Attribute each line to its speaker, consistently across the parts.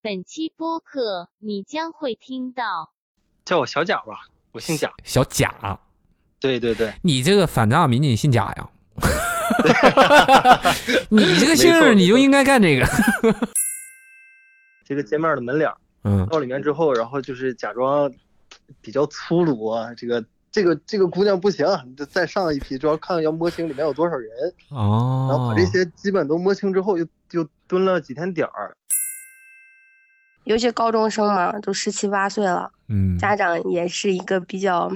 Speaker 1: 本期播客你将会听到
Speaker 2: 叫我小贾吧，我姓 贾。
Speaker 3: 小贾，
Speaker 2: 对对对，
Speaker 3: 你这个反诈民警姓贾呀？ 你这个姓
Speaker 2: 没错
Speaker 3: 儿你就应该干这个。
Speaker 2: 这个街面的门脸儿
Speaker 3: 嗯
Speaker 2: 到里面之后，然后就是假装比较粗鲁啊，这个这个这个姑娘不行，你再上一批，主要看要摸清里面有多少人，然后
Speaker 3: 哦
Speaker 2: 把这，些基本都摸清之后，又又蹲了几天点儿。
Speaker 4: 尤其高中生嘛，都十七八岁了，
Speaker 3: 嗯
Speaker 4: 家长也是一个比较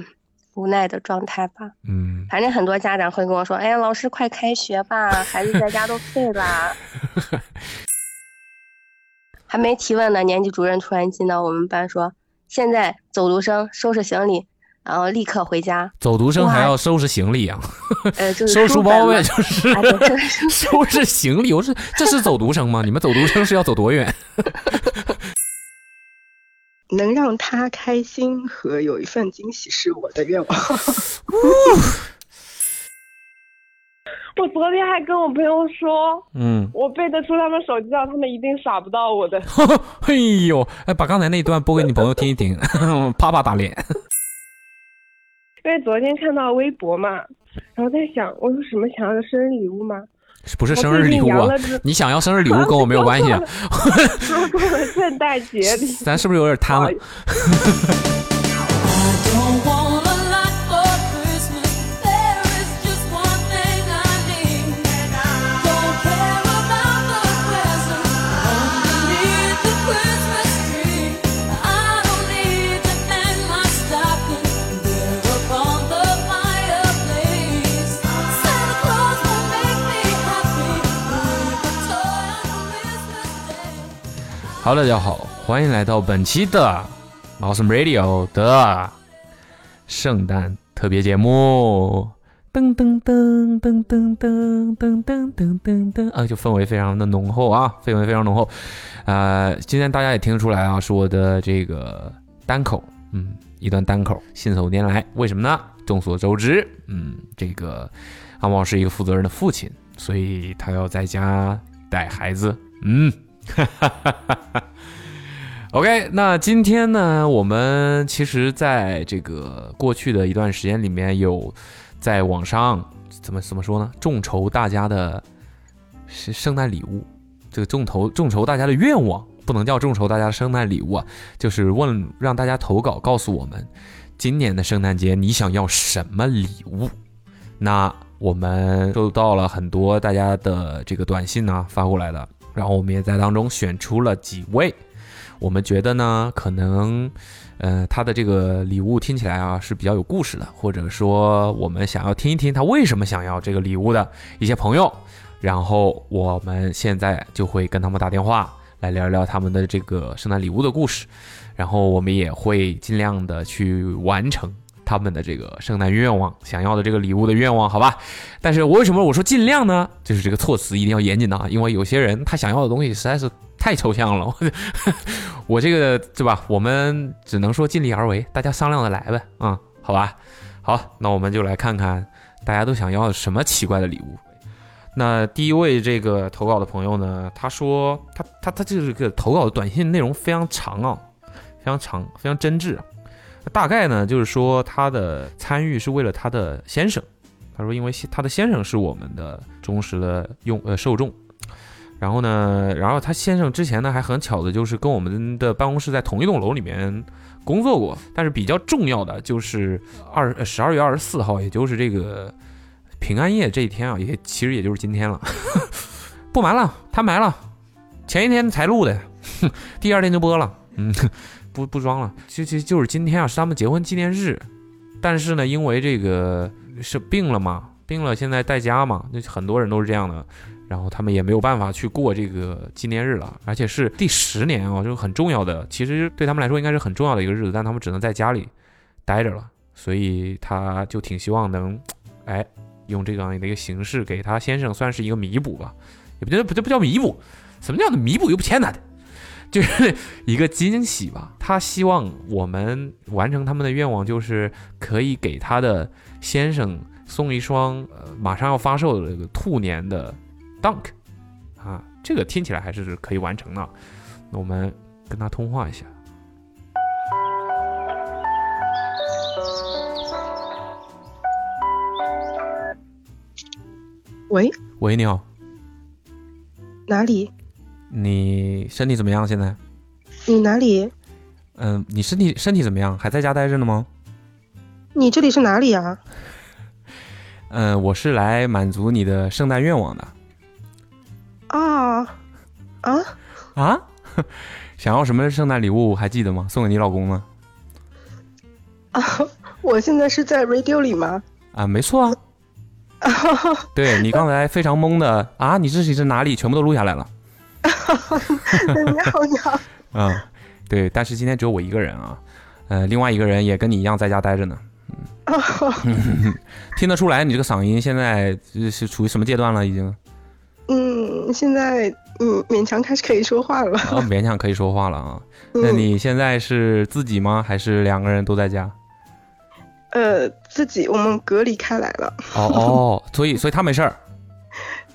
Speaker 4: 无奈的状态吧。
Speaker 3: 嗯，
Speaker 4: 反正很多家长会跟我说：“哎呀，老师快开学吧，孩子在家都废了。”还没提问呢，年级主任突然进到我们班说：“现在走读生收拾行李，然后立刻回家。
Speaker 3: 走读生还
Speaker 4: 哇
Speaker 3: 要收拾行李啊，”
Speaker 4: 呃，就是
Speaker 3: 收书包呗，
Speaker 4: 本嘛
Speaker 3: 就是
Speaker 4: 啊对就是
Speaker 3: 收拾行李。我是这是走读生吗？你们走读生是要走多远？
Speaker 5: 能让他开心和有一份惊喜是我的愿望。
Speaker 6: 我昨天还跟我朋友说，
Speaker 3: 嗯，
Speaker 6: 我背得出他们手机号，他们一定傻不到我的。
Speaker 3: 哎呦，哎，把刚才那段播给你朋友听一听， 啪啪打脸。
Speaker 6: 因为昨天看到微博嘛，然后在想我有什么想要的生日礼物吗？
Speaker 3: 不是
Speaker 6: 我
Speaker 3: 生日
Speaker 6: 最
Speaker 3: 礼
Speaker 6: 近
Speaker 3: 物
Speaker 6: 阳
Speaker 3: 啊
Speaker 6: 了之，
Speaker 3: 你想要生日礼物跟我没有关 系啊，
Speaker 6: 说过了圣诞节礼
Speaker 3: 咱是不是有点贪了？
Speaker 7: Don't want a lot for Christmas. There is just one thing I need. Don't care about the presents. Only need the Christmas tree. I don't need to hang my stocking there upon the fireplace. Santa Claus will make me happy with a toy on Christmas Day.
Speaker 3: h e 大家好，欢迎来到本期的 Awesome Radio 的圣诞特别节目。噔噔噔噔噔噔噔噔噔噔噔啊，就氛围非常的浓厚啊，氛围非常浓厚。呃，今天大家也听出来啊，是我的这个单口，嗯，一段单口，信手拈来。为什么呢？众所周知，嗯，这个阿茂是一个负责任的父亲，所以他要在家带孩子，嗯。OK，那 今天呢，我们其实在这个过去的一段时间里面，有在网上怎么怎么说呢，众筹大家的是圣诞礼物，这个众筹众筹大家的愿望，不能叫众筹大家的圣诞礼物啊，就是问让大家投稿，告诉我们今年的圣诞节你想要什么礼物。那我们收到了很多大家的这个短信呢、发过来的，然后我们也在当中选出了几位，我们觉得呢，可能，呃，他的这个礼物听起来啊是比较有故事的，或者说我们想要听一听他为什么想要这个礼物的一些朋友，然后我们现在就会跟他们打电话来聊一聊他们的这个圣诞礼物的故事，然后我们也会尽量的去完成。他们的这个圣诞愿望，想要的这个礼物的愿望，好吧？但是我为什么我说尽量呢？就是这个措辞一定要严谨的啊，因为有些人他想要的东西实在是太抽象了， 我我这个对吧？我们只能说尽力而为，大家商量着来呗，啊、好吧？好，那我们就来看看大家都想要什么奇怪的礼物。那第一位这个投稿的朋友呢，他说他他他这个投稿的短信内容非常长啊，非常长，非常真挚。啊大概呢，就是说他的参与是为了他的先生。他说，因为他的先生是我们的忠实的用呃受众，然后呢，然后他先生之前呢还很巧的，就是跟我们的办公室在同一栋楼里面工作过。但是比较重要的就是二呃十二月二十四号，也就是这个平安夜这一天啊，也其实也就是今天了。 不瞒了，摊埋了，前一天才录的，第二天就播了。嗯，不不装了，其实就是今天啊，是他们结婚纪念日。但是呢，因为这个是病了嘛，病了现在在家嘛，就很多人都是这样的。然后他们也没有办法去过这个纪念日了，而且是第十年啊、就很重要的，其实对他们来说应该是很重要的一个日子，但他们只能在家里待着了，所以他就挺希望能，哎，用这样的一个形式给他先生算是一个弥补吧，也不叫不这不叫弥补，什么叫的弥补又不欠他的，就是一个惊喜吧。他希望我们完成他们的愿望，就是可以给他的先生送一双呃马上要发售的这个兔年的 Dunk 啊，这个听起来还是可以完成的。那我们跟他通话一下。
Speaker 5: 喂，
Speaker 3: 喂，你好，
Speaker 5: 哪里？
Speaker 3: 你身体怎么样？现在？
Speaker 5: 你哪里？
Speaker 3: 嗯，你身体身体怎么样？还在家待着呢吗？
Speaker 5: 你这里是哪里啊？
Speaker 3: 嗯，我是来满足你的圣诞愿望的
Speaker 5: 啊啊！
Speaker 3: 啊。 想要什么圣诞礼物还记得吗？送给你老公吗？
Speaker 5: 啊我现在是在 radio 里吗？
Speaker 3: 啊，没错 啊。对你刚才非常懵的啊，你这是是哪里？全部都录下来 了。
Speaker 5: 你好，你好。
Speaker 3: 嗯，对，但是今天只有我一个人啊，呃，另外一个人也跟你一样在家待着呢。听得出来，你这个嗓音现在是是处于什么阶段了？已 经
Speaker 5: 嗯，现在嗯勉强开始可以说话了。
Speaker 3: 啊，勉强可以说话了啊。
Speaker 5: 嗯
Speaker 3: 那你现在是自己吗？还是两个人都在 家？
Speaker 5: 呃自己我们隔离开来了，
Speaker 3: 哦哦，所以所以他没事儿，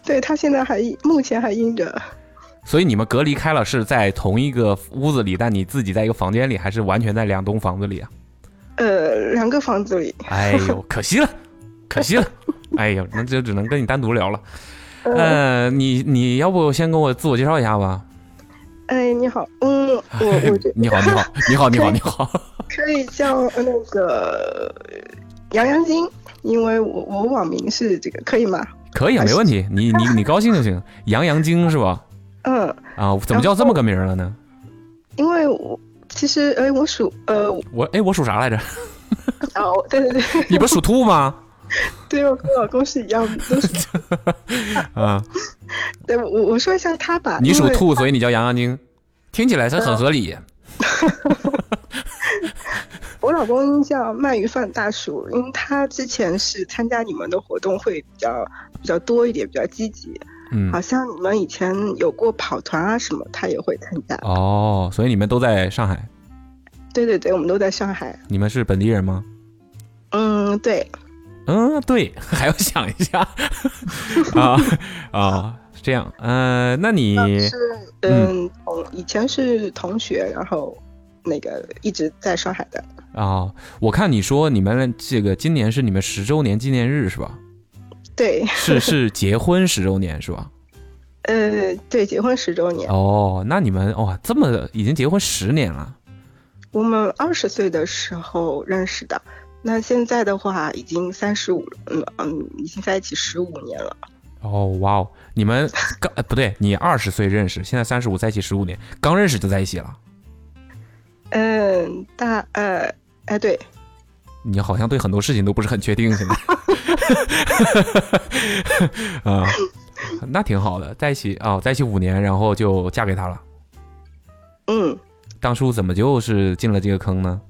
Speaker 5: 对他现在还目前还阴着。
Speaker 3: 所以你们隔离开了是在同一个屋子里，但你自己在一个房间里，还是完全在两栋房子 里啊？
Speaker 5: 呃，两个房子里，
Speaker 3: 哎呦，可惜了， 可惜 了，哎呦，那就只能跟你单独聊了。
Speaker 5: 嗯
Speaker 3: 呃，你你要不先跟我自我介绍一下吧？
Speaker 5: 哎，你好，嗯，我 我这
Speaker 3: 你好，你好，你好，你好，你好。
Speaker 5: 可以叫那个杨洋金，因为我我网名是这个，可以吗？
Speaker 3: 可以啊，没问题，你你你高兴就行。杨洋精是吧？
Speaker 5: 嗯，
Speaker 3: 啊，怎么叫这么个名儿了呢？
Speaker 5: 因为我其实哎，我属呃，
Speaker 3: 我哎，我属啥来 着？
Speaker 5: 哦，对对对，
Speaker 3: 你不是属兔吗？
Speaker 5: 对我跟老公是一样的，都是
Speaker 3: 啊，
Speaker 5: 对我我说一下他吧，
Speaker 3: 你属
Speaker 5: 啊因为，呃
Speaker 3: 兔，所以你叫杨洋精，听起来是很合理。
Speaker 5: 我老公叫鳗鱼饭大叔，因为他之前是参加你们的活动会比较比较多一点，比较积极，
Speaker 3: 嗯
Speaker 5: 好，像你们以前有过跑团啊什么，他也会参加。
Speaker 3: 哦，所以你们都在上海，
Speaker 5: 对对对，我们都在上海。
Speaker 3: 你们是本地人吗？
Speaker 5: 嗯，对，
Speaker 3: 嗯，对， 还要想一下 啊啊，是这样，呃，那你
Speaker 5: 是嗯，同以前是同学，然后那个一直在上海的。
Speaker 3: 啊，我看你说你们这个今年是你们十周年纪念日是吧？
Speaker 5: 对，
Speaker 3: 是是结婚十周年是吧？
Speaker 5: 呃， 对，结婚十周年，
Speaker 3: 哦，那你们哇、这么已经结婚十年了，
Speaker 5: 我们二十岁的时候认识的。那现在的话，已经三十五，嗯嗯，已经在一起十五年了。
Speaker 3: 哦哇哦，你们刚、呃不对，你二十岁认识，现在三十五，在一起十五年，刚认识就在一起了，
Speaker 5: 嗯，大呃，哎，对，
Speaker 3: 你好像对很多事情都不是很确定，现在 啊、那挺好的，在一起哦，在一起五年，然后就嫁给他了。
Speaker 5: 嗯，
Speaker 3: 当初怎么就是进了这个坑呢？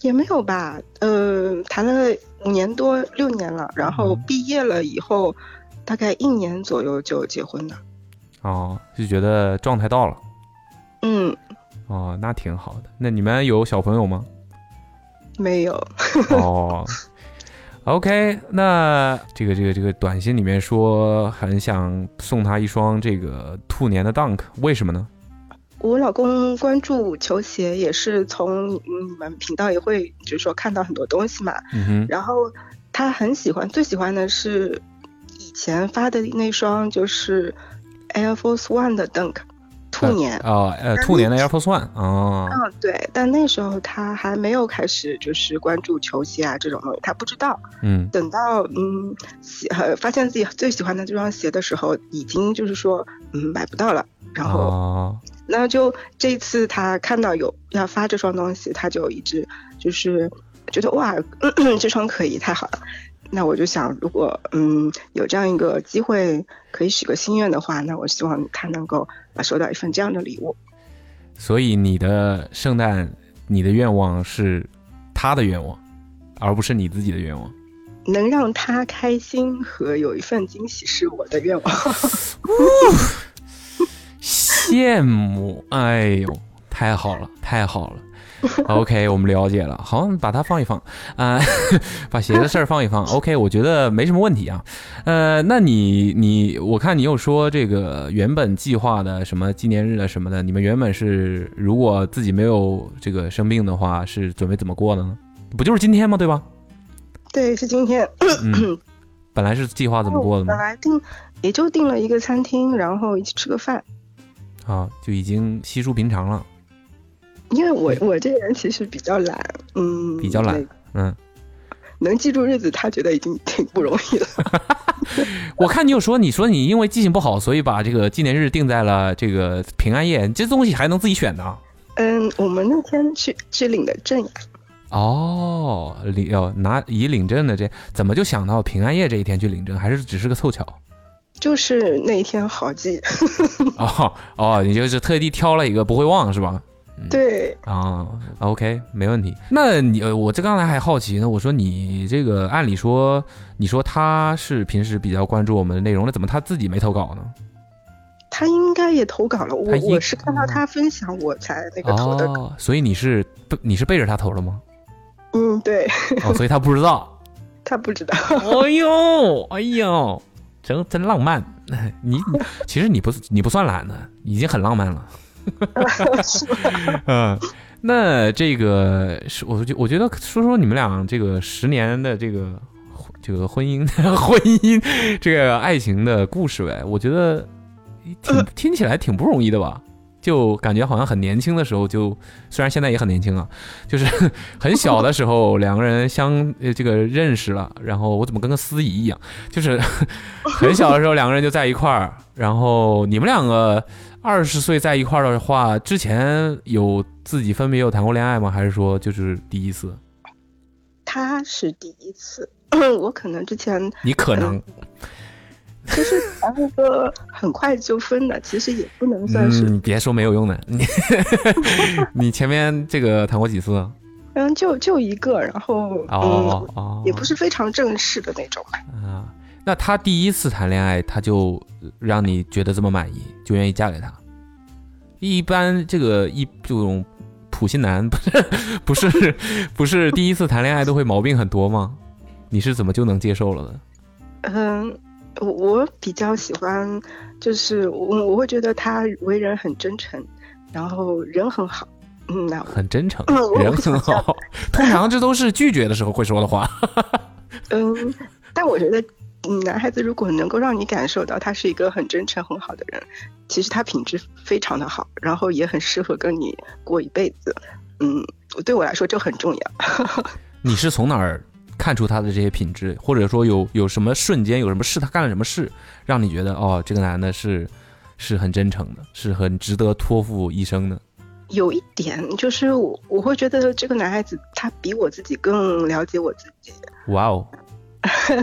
Speaker 5: 也没有吧，呃，谈了五年多六年了，然后
Speaker 3: 嗯
Speaker 5: 毕业了以后，大概一年左右就结婚了。
Speaker 3: 哦，就觉得状态到了，
Speaker 5: 嗯，
Speaker 3: 哦，那挺好的。那你们有小朋友吗？
Speaker 5: 没有，
Speaker 3: 哦，OK，那这个这个这个短信里面说很想送他一双这个兔年的 Dunk，为什么呢？
Speaker 5: 我老公关注球鞋也是从你你们频道也会就是说看到很多东西嘛，
Speaker 3: 嗯哼，
Speaker 5: 然后他很喜欢，最喜欢的是以前发的那双就是 Air Force One 的 Dunk，兔年。
Speaker 3: 啊、哦呃，兔年的 Air Force One 啊、
Speaker 5: 嗯，对，但那时候他还没有开始就是关注球鞋啊这种东西，他不知道。
Speaker 3: 嗯，
Speaker 5: 等到嗯喜呃发现自己最喜欢的这双鞋的时候，已经就是说嗯买不到了，然后、
Speaker 3: 哦，
Speaker 5: 那就这次他看到有要发这双东西，他就一直就是觉得哇， 咳咳这双可以，太好了。那我就想，如果嗯有这样一个机会可以许个心愿的话，那我希望他能够啊收到一份这样的礼物。
Speaker 3: 所以你的圣诞，你的愿望是他的愿望，而不是你自己的愿望。
Speaker 5: 能让他开心和有一份惊喜是我的愿望。
Speaker 3: 羡慕，哎呦，太好了，太好了。OK，我们了解了。好，把它放一放啊、 把鞋的事儿放一放。OK，我觉得没什么问题啊。呃，那你你，我看你又说这个原本计划的什么纪念日啊什么的，你们原本是如果自己没有这个生病的话，是准备怎么过的呢？不就是今天吗？对吧？
Speaker 5: 对，是今天。哦
Speaker 3: 嗯，本来是计划怎么过的
Speaker 5: 本
Speaker 3: 吗？
Speaker 5: 来定也就定了一个餐厅，然后一起吃个饭。
Speaker 3: 啊，就已经稀疏平常了。
Speaker 5: 因为我我这人其实比较懒，
Speaker 3: 嗯
Speaker 5: 嗯，
Speaker 3: 比较懒
Speaker 5: 对，
Speaker 3: 嗯，
Speaker 5: 能记住日子，他觉得已经挺不容 易了。
Speaker 3: 我看你有说，你说你因为记性不好，所以把这个纪念日定在了这个平安夜，你这东西还能自己选呢？
Speaker 5: 嗯，我们那天去去领的证呀，
Speaker 3: 哦，领哦拿以领证的这怎么就想到平安夜这一天去领证，还是只是个凑巧？
Speaker 5: 就是那一天好记。
Speaker 3: 哦哦，你就是特地挑了一个不会忘是吧？
Speaker 5: 对，
Speaker 3: 啊，OK，没问题。那你呃，我这刚才还好奇呢，我说你这个按理说，你说他是平时比较关注我们的内容，那怎么他自己没投稿呢？
Speaker 5: 他应该也投稿了，我
Speaker 3: 他应
Speaker 5: 我是看到他分享我才那个投的稿。
Speaker 3: 哦，所以你是你是背着他投了吗？
Speaker 5: 嗯，对
Speaker 3: 哦，所以他不知道。
Speaker 5: 他不知道，
Speaker 3: 哎呦，哎呦，真真浪漫！ 你你其实你不你不算懒的，已经很浪漫了。 嗯，那这个是我觉我觉得说说你们俩这个十年的这个这个婚姻 婚姻这个爱情的故事呗，我觉得挺听起来挺不容易的吧。就感觉好像很年轻的时候就，虽然现在也很年轻啊，就是很小的时候两个人相呃这个认识了，然后我怎么跟个司仪一样，就是 很小的时候两个人就在一块儿，然后你们两个二十岁在一块儿的话，之前有自己分别有谈过恋爱吗？还是说就是第一次？
Speaker 5: 他是第一次。 我可能之前
Speaker 3: 你可
Speaker 5: 哎
Speaker 3: 能
Speaker 5: 其实谈了个很快就分的，其实也不能算是，
Speaker 3: 嗯，你别说没有用的，你 你前面这个谈过几次啊？
Speaker 5: 嗯，就就一个，然后
Speaker 3: 哦
Speaker 5: 嗯，
Speaker 3: 哦，
Speaker 5: 也不是非常正式的那种吧。
Speaker 3: 啊。那他第一次谈恋爱，他就让你觉得这么满意，就愿意嫁给他。一般这个一这种普信男 不是不是不是第一次谈恋爱都会毛病很多吗？你是怎么就能接受了的？
Speaker 5: 嗯，我我比较喜欢，就是我我会觉得他为人很真诚，然后人很好。嗯，那我
Speaker 3: 很真诚
Speaker 5: 嗯，我
Speaker 3: 人很好。通常这都是拒绝的时候会说的话。
Speaker 5: 嗯，但我觉得，嗯，男孩子如果能够让你感受到他是一个很真诚、很好的人，其实他品质非常的好，然后也很适合跟你过一辈子。嗯，对我来说这很重要。
Speaker 3: 你是从哪儿看出他的这些品质，或者说有有什么瞬间，有什么事，他干了什么事，让你觉得哦，这个男的是是很真诚的，是很值得托付一生的。
Speaker 5: 有一点就是我我会觉得这个男孩子他比我自己更了解我自己，
Speaker 3: 哇哦，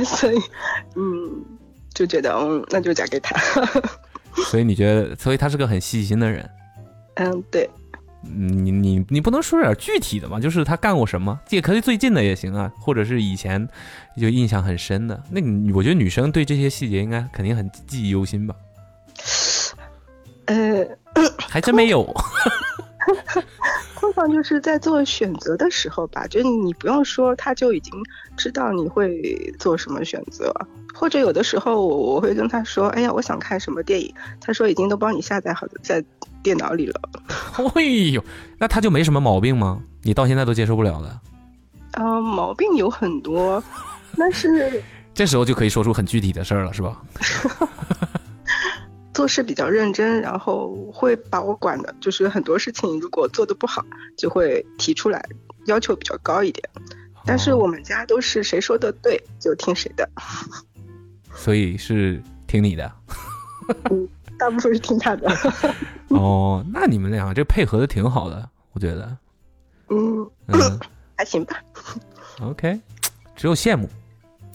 Speaker 5: 所以，嗯，就觉得嗯，那就嫁给他。
Speaker 3: 所以你觉得，所以他是个很细心的人。
Speaker 5: 嗯，对，
Speaker 3: 嗯你你你不能说点具体的嘛？就是他干过什么，也可以最近的也行啊，或者是以前就印象很深的。那你我觉得女生对这些细节应该肯定很记忆犹新吧？
Speaker 5: 呃，
Speaker 3: 还真 没有。
Speaker 5: 通常就是在做选择的时候吧，就是你不用说，他就已经知道你会做什么选择。或者有的时候我我会跟他说，哎呀，我想看什么电影，他说已经都帮你下载好的在电脑里了。
Speaker 3: 哎呦，那他就没什么毛病吗？你到现在都接受不了的，
Speaker 5: 嗯、毛病有很多，但是
Speaker 3: 这时候就可以说出很具体的事儿了，是吧？
Speaker 5: 做事比较认真，然后会把我管的，就是很多事情如果做的不好，就会提出来，要求比较高一点。但是
Speaker 3: 哦
Speaker 5: 我们家都是谁说的对就听谁的，
Speaker 3: 哦所以是听你的
Speaker 5: 大部分是听他 的。
Speaker 3: 哦。那你们俩这配合的挺好的，我觉得，
Speaker 5: 嗯，
Speaker 3: 嗯
Speaker 5: 还行吧。
Speaker 3: ，OK，只有羡慕，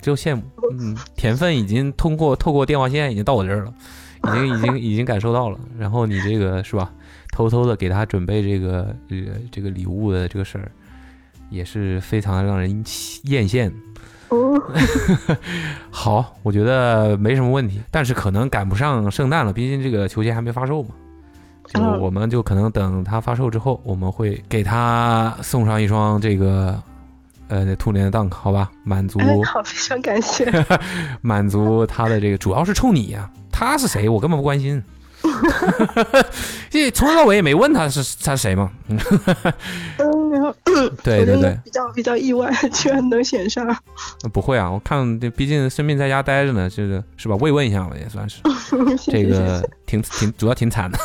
Speaker 3: 只有羡慕，嗯，甜分已经通过透过电话线已经到我这儿了，已经已经已经感受到了。然后你这个是吧，偷偷的给他准备这个这个这个礼物的这个事儿，也是非常让人艳羡。
Speaker 5: 哦，
Speaker 3: 好，我觉得没什么问题，但是可能赶不上圣诞了，毕竟这个球鞋还没发售嘛。就
Speaker 5: 嗯
Speaker 3: 我们就可能等它发售之后，我们会给它送上一双这个呃兔年的 Dunk，好吧，满足、
Speaker 5: 哎，好，非常感 谢。
Speaker 3: 满足他的这个，主要是冲你呀、他是谁我根本不关 心，这从头到尾也没问他是他是谁嘛。嗯
Speaker 5: 嗯，然后
Speaker 3: 对对
Speaker 5: 我真的
Speaker 3: 对，
Speaker 5: 比较比较意外，居然能选上。
Speaker 3: 不会啊，我看这毕竟生病在家待着呢，就是是吧？慰问一下吧，也算 是这个挺挺主要挺惨的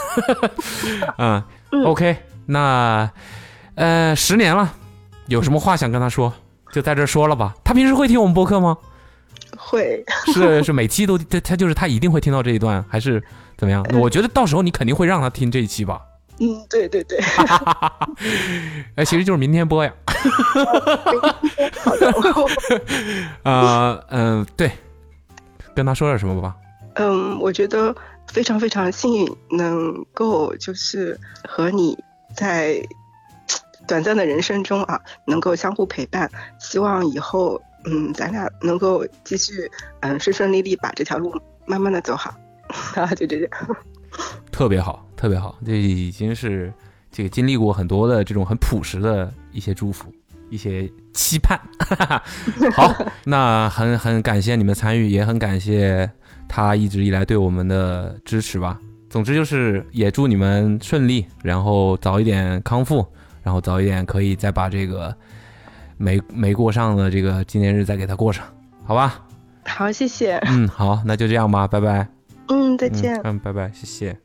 Speaker 3: 啊、OK，那呃十年了，有什么话想跟他说，就在这儿说了吧。他平时会听我们播客吗？
Speaker 5: 会，
Speaker 3: 是是每期都他他就是他一定会听到这一段，还是怎么 样？我觉得到时候你肯定会让他听这一期吧。
Speaker 5: 嗯，对对对，
Speaker 3: 哎，其实就是明天播呀。
Speaker 5: 好 的，我
Speaker 3: 啊，嗯，对，跟他说点什么吧。
Speaker 5: 嗯，我觉得非常非常幸运，能够就是和你在短暂的人生中啊，能够相互陪伴。希望以后，嗯，咱俩能够继续，嗯，顺顺利利把这条路慢慢的走好。 啊，就这样。
Speaker 3: 特别好，特别好，这已经是这个经历过很多的这种很朴实的一些祝福，一些期盼。 好，那很很感谢你们参与，也很感谢他一直以来对我们的支持吧。总之就是也祝你们顺利，然后早一点康复，然后早一点可以再把这个没没过上的这个纪念日再给他过上，好吧？
Speaker 5: 好，谢谢。
Speaker 3: 嗯，好，那就这样吧，拜拜。
Speaker 5: 嗯，再见。
Speaker 3: 嗯，嗯拜拜，谢谢。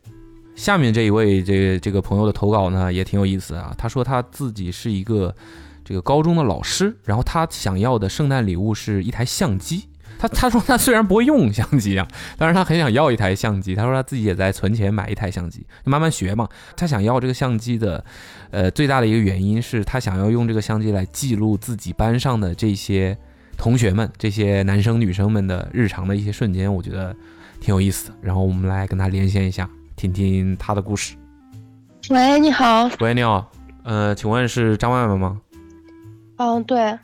Speaker 3: 下面这一位这个这个朋友的投稿呢也挺有意思啊，他说他自己是一个这个高中的老师，然后他想要的圣诞礼物是一台相机。他他说他虽然不会用相机啊，但是他很想要一台相机。他说他自己也在存钱买一台相机，就慢慢学嘛。他想要这个相机的，呃，最大的一个原因是他想要用这个相机来记录自己班上的这些同学们、这些男生女生们的日常的一些瞬间。我觉得挺有意思的。然后我们来跟他连线一下，听听他的故事。
Speaker 4: 喂，你好。
Speaker 3: 喂，你好，呃，请问是张曼曼吗？
Speaker 4: 嗯，对，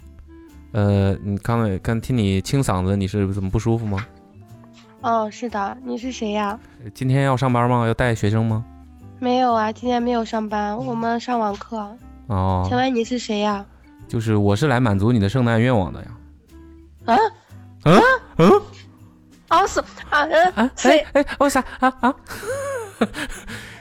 Speaker 3: 呃，你刚才刚听你清嗓子，你是怎么不舒服吗？
Speaker 4: 嗯，是的。你是谁呀？
Speaker 3: 今天要上班吗？要带学生吗？
Speaker 4: 没有啊，今天没有上班，我们上网课。请
Speaker 3: 哦，
Speaker 4: 问你是谁呀？
Speaker 3: 就是我是来满足你的圣诞愿望的呀。
Speaker 4: 啊？
Speaker 3: 嗯嗯
Speaker 4: 啊是啊嗯
Speaker 3: 啊，
Speaker 4: 谁？
Speaker 3: 哎，我啥啊啊？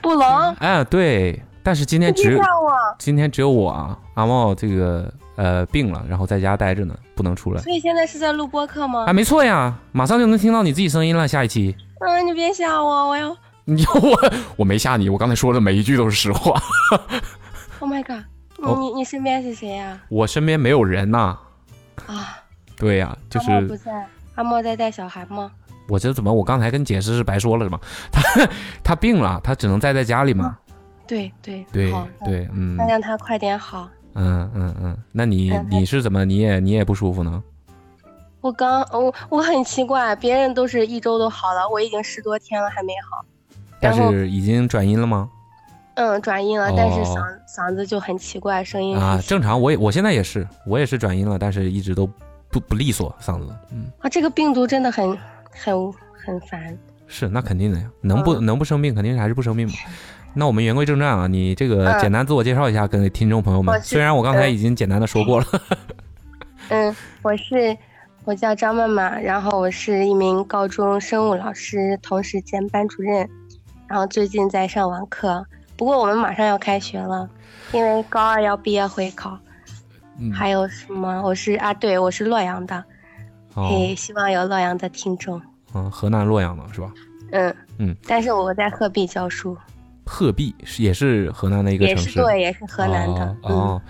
Speaker 4: 布隆？
Speaker 3: 哎，对，但是今天
Speaker 4: 你
Speaker 3: 只
Speaker 4: 看我，
Speaker 3: 今天只有我啊，阿茂这个呃病了，然后在家待着呢，不能出来。
Speaker 4: 所以现在是在录播课吗
Speaker 3: 啊，？没错呀，马上就能听到你自己声音了，下一期。
Speaker 4: 嗯，你别吓我，我要。
Speaker 3: 你我我没吓你，我刚才说的每一句都是实话。
Speaker 4: Oh my god！
Speaker 3: 哦
Speaker 4: 你你身边是谁呀？
Speaker 3: 我身边没有人呐、
Speaker 4: 啊，
Speaker 3: 对呀、就
Speaker 4: 阿莫不
Speaker 3: 是
Speaker 4: 在，阿莫在带小孩吗？
Speaker 3: 我这怎么我刚才跟解释是白说了是吗？他他病了，他只能待在家里嘛。
Speaker 4: 对对
Speaker 3: 对
Speaker 4: 好，
Speaker 3: 对，嗯
Speaker 4: 那让他快点好。
Speaker 3: 嗯嗯嗯，那你
Speaker 4: 嗯
Speaker 3: 你是怎么你也你也不舒服呢？
Speaker 4: 我刚我我很奇怪，别人都是一周都好了，我已经十多天了还没好。
Speaker 3: 但
Speaker 4: 然后
Speaker 3: 是已经转阴了吗？
Speaker 4: 嗯，转阴了，但是
Speaker 3: 哦
Speaker 4: 嗓、嗓子就很奇怪，声音
Speaker 3: 啊
Speaker 4: 很，
Speaker 3: 正常，我也我现在也是，我也是转阴了，但是一直都不不利索嗓子。嗯，
Speaker 4: 啊，这个病毒真的很很很烦。
Speaker 3: 是那肯定的呀，能
Speaker 4: 嗯
Speaker 3: 不、能不生病，肯定还是不生病嘛。那我们言归正传啊，你这个
Speaker 4: 嗯
Speaker 3: 简单自我介绍一下，跟听众朋友们。
Speaker 4: 我是
Speaker 3: 虽然我刚才已经简单的说过了，
Speaker 4: 嗯，我是我叫张曼曼，然后我是一名高中生物老师，同时兼班主任，然后最近在上网课。不过我们马上要开学了，因为高二要毕业会考。
Speaker 3: 嗯
Speaker 4: 还有什么？我是啊，对，我是洛阳的，
Speaker 3: 哦
Speaker 4: 嘿，，希望有洛阳的听众。
Speaker 3: 嗯，河南洛阳的是吧？
Speaker 4: 嗯
Speaker 3: 嗯，
Speaker 4: 但是我在鹤壁教书，
Speaker 3: 鹤壁是也是河南的一个
Speaker 4: 也
Speaker 3: 城
Speaker 4: 是
Speaker 3: 市，
Speaker 4: 对，也是河南的。嗯
Speaker 3: 哦，哦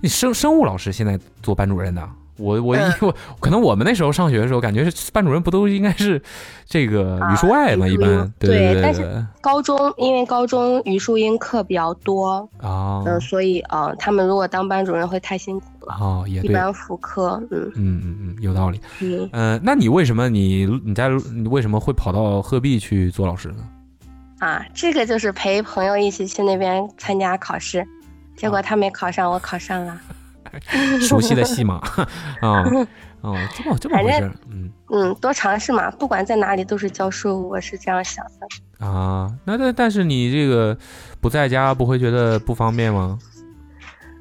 Speaker 3: 你生生物老师现在做班主任的啊？我我、
Speaker 4: 嗯
Speaker 3: 我可能我们那时候上学的时候，感觉是班主任不都应该是这个
Speaker 4: 啊
Speaker 3: 语数外嘛，
Speaker 4: 语数
Speaker 3: 一般
Speaker 4: 英
Speaker 3: 对
Speaker 4: 对
Speaker 3: 对对
Speaker 4: 但是
Speaker 3: 对
Speaker 4: 嗯，高中因为高中语数英课比较多，
Speaker 3: 啊
Speaker 4: 嗯、所以呃，他们如果当班主任会太辛苦了，
Speaker 3: 哦也
Speaker 4: 一
Speaker 3: 对，嗯
Speaker 4: 般辅科，嗯
Speaker 3: 嗯嗯，有道理。
Speaker 4: 嗯，
Speaker 3: 呃，那你为什么你你在你为什么会跑到鹤壁去做老师呢？
Speaker 4: 啊，这个就是陪朋友一起去那边参加考试，
Speaker 3: 啊
Speaker 4: 结果他没考上，我考上了。
Speaker 3: 熟悉的戏码 啊啊、哦，这么这么回事儿，嗯
Speaker 4: 嗯，多尝试嘛，不管在哪里都是教书，我是这样想的。
Speaker 3: 啊，那但但是你这个不在家不会觉得不方便吗？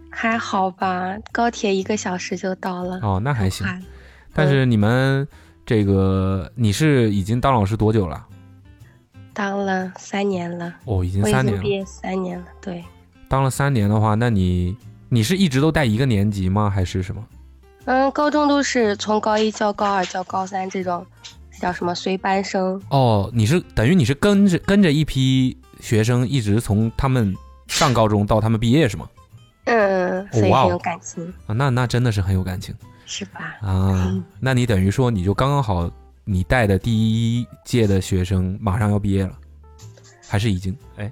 Speaker 4: 还好吧，高铁一个小时就到了。
Speaker 3: 哦，那还行
Speaker 4: 快。
Speaker 3: 但是你们这个你是已经当老师多久了？
Speaker 4: 当了三年了，
Speaker 3: 哦，已经
Speaker 4: 我已
Speaker 3: 三
Speaker 4: 经
Speaker 3: 年
Speaker 4: 毕
Speaker 3: 了。
Speaker 4: 业三年了，对，
Speaker 3: 当了三年的话，那你你是一直都带一个年级吗？还是什么？
Speaker 4: 嗯，高中都是从高一教高二教高三这种，叫什么随班生，
Speaker 3: 哦，你是等于你是跟着跟着一批学生一直从他们上高中到他们毕业是吗？
Speaker 4: 嗯，所以
Speaker 3: 哇哦
Speaker 4: 很有感情，
Speaker 3: 啊，那那真的是很有感情。
Speaker 4: 是吧？
Speaker 3: 啊，
Speaker 4: 嗯
Speaker 3: 那你等于说你就刚刚好，你带的第一届的学生马上要毕业了，还是已经？哎，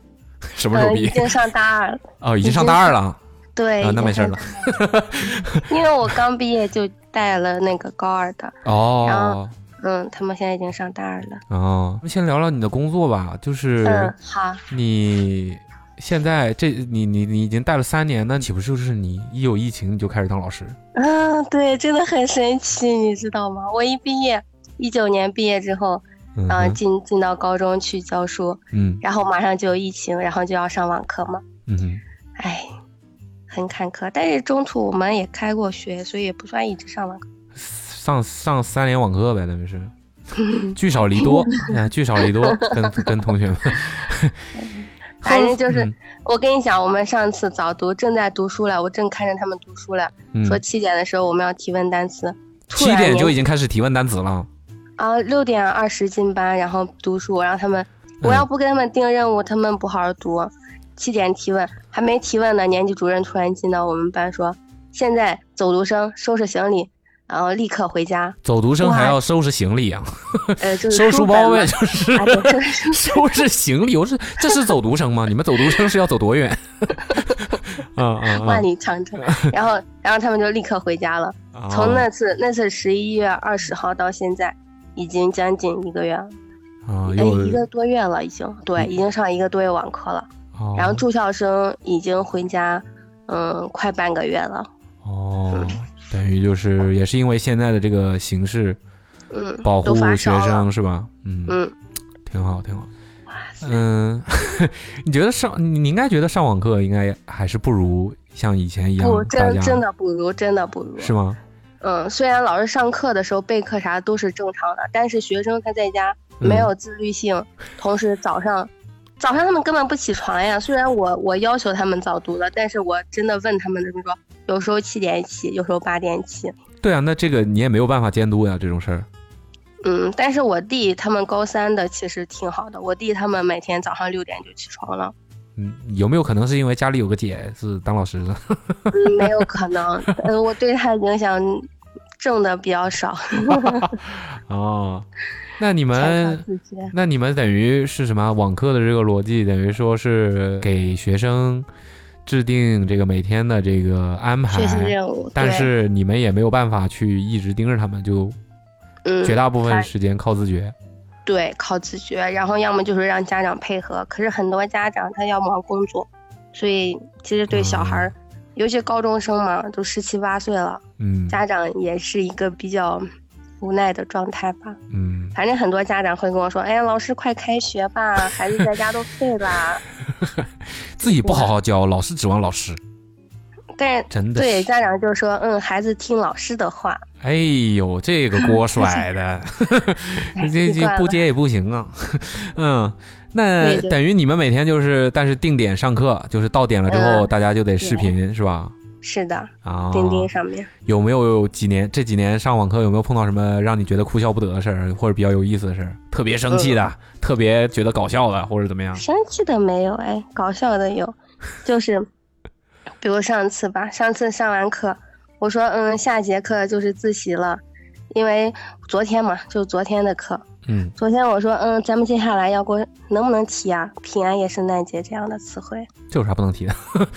Speaker 3: 什么时候
Speaker 4: 嗯，
Speaker 3: 毕
Speaker 4: 已
Speaker 3: 业？
Speaker 4: 经上大二了，
Speaker 3: 哦，已经
Speaker 4: 已
Speaker 3: 上
Speaker 4: 经
Speaker 3: 大二了啊，
Speaker 4: 对，
Speaker 3: 啊那
Speaker 4: 已
Speaker 3: 没事
Speaker 4: 经
Speaker 3: 儿
Speaker 4: 上
Speaker 3: 了。
Speaker 4: 因为我刚毕业就带了那个高二的，然
Speaker 3: 哦
Speaker 4: 后嗯，他们现在已经上大二了。
Speaker 3: 哦，那先聊聊你的工作吧，就是
Speaker 4: 嗯，好，
Speaker 3: 你现在这你你你已经带了三年，那岂不是就是你一有疫情你就开始当老师？
Speaker 4: 嗯，对，真的很神奇，你知道吗？我一毕业，一九年毕业之后，
Speaker 3: 嗯
Speaker 4: 嗯、
Speaker 3: 哼
Speaker 4: 进进到高中去教书，
Speaker 3: 嗯
Speaker 4: 然后马上就有疫情，然后就要上网课嘛，
Speaker 3: 嗯哼
Speaker 4: 哎，很坎坷。但是中途我们也开过学，所以也不算一直上网课。
Speaker 3: 上上三年网课呗，那 就是聚少离多，哎，聚少离多，跟跟同 学们。
Speaker 4: 反正就是，
Speaker 3: 嗯
Speaker 4: 我跟你讲，我们上次早读正在读书了，我正看着他们读书了，
Speaker 3: 嗯
Speaker 4: 说七点的时候我们要提问单词，突
Speaker 3: 七
Speaker 4: 然
Speaker 3: 点
Speaker 4: 间
Speaker 3: 就已经开始提问单词了。
Speaker 4: 啊，六点二十进班，然后读书，我让他们，
Speaker 3: 嗯
Speaker 4: 我要不给他们定任务，他们不好好读。七点提问，还没提问呢，年级主任突然进到我们班说：“现在走读生收拾行李，然后立刻回家。
Speaker 3: 走读生
Speaker 4: 哇
Speaker 3: 还要收拾行李啊，
Speaker 4: 呃，就是
Speaker 3: 收书
Speaker 4: 书
Speaker 3: 包呗，
Speaker 4: 呗，
Speaker 3: 就是
Speaker 4: 啊，对，就 是
Speaker 3: 收拾行李。我是这是走读生吗？你们走读生是要走 多远？啊啊
Speaker 4: 万里 长征。然后，然后他们就立刻回家了。
Speaker 3: 啊！
Speaker 4: 从那次，那次十一月二十号到现在，已经将近一个月了，
Speaker 3: 啊，
Speaker 4: 哎，
Speaker 3: 又嗯
Speaker 4: 一个多月了，已经，对，已经上一个多月网课了。
Speaker 3: 哦
Speaker 4: 然后住校生已经回家，嗯，快半个月了，
Speaker 3: 哦，等于就是也是因为现在的这个形势，
Speaker 4: 嗯，
Speaker 3: 保
Speaker 4: 都
Speaker 3: 护
Speaker 4: 发
Speaker 3: 学
Speaker 4: 烧了，
Speaker 3: 生是吧？嗯，
Speaker 4: 嗯，
Speaker 3: 挺好，挺好。嗯， 你觉得上你你应该觉得上网课应该还是不如像以前一样
Speaker 4: 嗯不，，
Speaker 3: 大
Speaker 4: 真
Speaker 3: 家
Speaker 4: 真的不如，真的不如，
Speaker 3: 是吗？
Speaker 4: 嗯，虽然老师上课的时候备课啥都是正常的，但是学生他在家
Speaker 3: 嗯
Speaker 4: 没有自律性，同时早上。早上他们根本不起床呀！虽然我我要求他们早读了，但是我真的问他们，他们说有时候七点起，有时候八点起，
Speaker 3: 对啊，那这个你也没有办法监督呀，这种事儿。
Speaker 4: 嗯。但是我弟他们高三的其实挺好的，我弟他们每天早上六点就起 床了。
Speaker 3: 嗯，有没有可能是因为家里有个姐是当老 师的？
Speaker 4: 嗯，没有可能。嗯，我对他影响正的比较少，
Speaker 3: 哦，那你
Speaker 4: 全靠
Speaker 3: 们，
Speaker 4: 自觉。
Speaker 3: 那你们等于是什么？网课的这个逻辑等于说是给学生制定这个每天的这个安
Speaker 4: 学习
Speaker 3: 排，
Speaker 4: 任务，
Speaker 3: 但
Speaker 4: 对
Speaker 3: 是你们也没有办法去一直盯着他们，就
Speaker 4: 嗯，
Speaker 3: 绝大部分
Speaker 4: 反
Speaker 3: 时间靠自觉。
Speaker 4: 对靠自觉，然后要么就是让家长配合。可是很多家长他要忙工作，所以其实对小孩儿，尤其高中生嘛，都十七八岁了，
Speaker 3: 嗯
Speaker 4: 家长也是一个比较无奈的状态吧。
Speaker 3: 嗯，
Speaker 4: 反正很多家长会跟我说：“哎呀，老师快开学吧，孩子在家都废了。
Speaker 3: 自己不好好教，老是指望老师，”
Speaker 4: 但是
Speaker 3: 真的
Speaker 4: 对
Speaker 3: 是。
Speaker 4: 家长就说：“嗯，孩子听老师的话。”
Speaker 3: 哎呦，这个 锅甩的， 这这
Speaker 4: 习惯了
Speaker 3: 不接也不行啊。 嗯，那
Speaker 4: 对对
Speaker 3: 等于你们每天就是，但是定点上课，就是到点了之后，
Speaker 4: 嗯
Speaker 3: 大家就得视频，是吧？
Speaker 4: 是的，
Speaker 3: 啊，
Speaker 4: 钉钉上面，
Speaker 3: 有没有几年这几年上网课有没有碰到什么让你觉得哭笑不得的事儿，或者比较有意思的事儿，特别生气的，
Speaker 4: 嗯
Speaker 3: 特别觉得搞笑的，或者怎么样？
Speaker 4: 生气的没有，哎，搞笑的有，就是，比如上次吧，上次上完课，我说，嗯，下节课就是自习了，因为昨天嘛，就昨天的课，
Speaker 3: 嗯，
Speaker 4: 昨天我说，嗯，咱们接下来要过，能不能提啊，平安夜、圣诞节这样的词汇？
Speaker 3: 这有啥不能提的？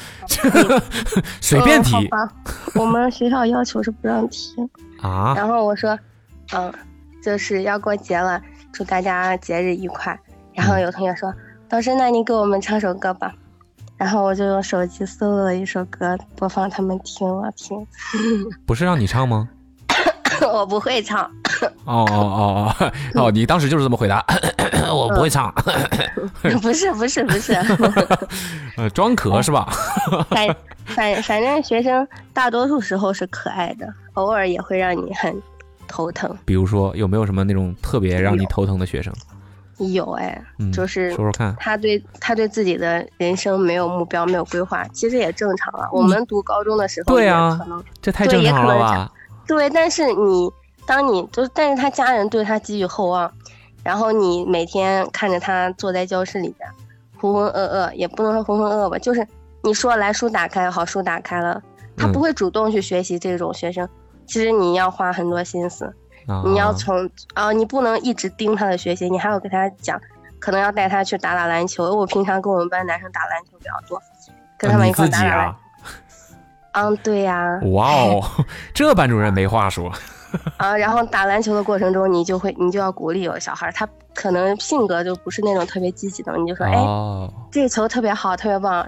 Speaker 3: 随便提、
Speaker 4: 嗯好吧，我们学校要求是不让提。
Speaker 3: 啊！
Speaker 4: 然后我说，嗯，就是要过节了，祝大家节日愉快。然
Speaker 3: 嗯
Speaker 4: 后有同学说，老师，那你给我们唱首歌吧。然后我就用手机搜了一首歌，播放他们听了听。
Speaker 3: 不是让你唱吗？
Speaker 4: 我不 会唱。
Speaker 3: 哦哦哦哦，哦，你当时就是这么回答，我不会唱，
Speaker 4: 不是不是不 是，
Speaker 3: 呃，装咳是吧？
Speaker 4: 反反反正学生大多数时候是可爱的，偶尔也会让你很头疼。
Speaker 3: 比如说有没有什么那种特别让你头疼的学生？
Speaker 4: 有哎，
Speaker 3: 嗯，
Speaker 4: 就是
Speaker 3: 说说看，
Speaker 4: 他对他对自己的人生没有目标，没有规划，其实也正常啊。我们读高中的时候，
Speaker 3: 嗯对啊
Speaker 4: 啊，可能
Speaker 3: 这太
Speaker 4: 对
Speaker 3: 正
Speaker 4: 也
Speaker 3: 常了
Speaker 4: 可能
Speaker 3: 吧？
Speaker 4: 对，但是你当你就是，但是他家人对他寄予厚望，然后你每天看着他坐在教室里边，浑浑噩噩，也不能说浑浑噩噩吧，就是你说来书打开，好书打开了，他不
Speaker 3: 嗯
Speaker 4: 会主动去学习这种学生。其实你要花很多心思，
Speaker 3: 啊
Speaker 4: 你要从啊、你不能一直盯他的学习，你还要给他讲，可能要带他去打打篮球。我平常跟我们班男生打篮球比较多，跟他们
Speaker 3: 你
Speaker 4: 一块
Speaker 3: 自
Speaker 4: 儿
Speaker 3: 己
Speaker 4: 打打篮。
Speaker 3: 啊
Speaker 4: 球。，嗯，对呀、
Speaker 3: 哇哦， 这班主任没话说，
Speaker 4: 啊，然后打篮球的过程中，你就会，你就要鼓励有小孩儿，他可能性格就不是那种特别积极的，你就说，哎，
Speaker 3: 哦，
Speaker 4: 这球特别好，特别棒，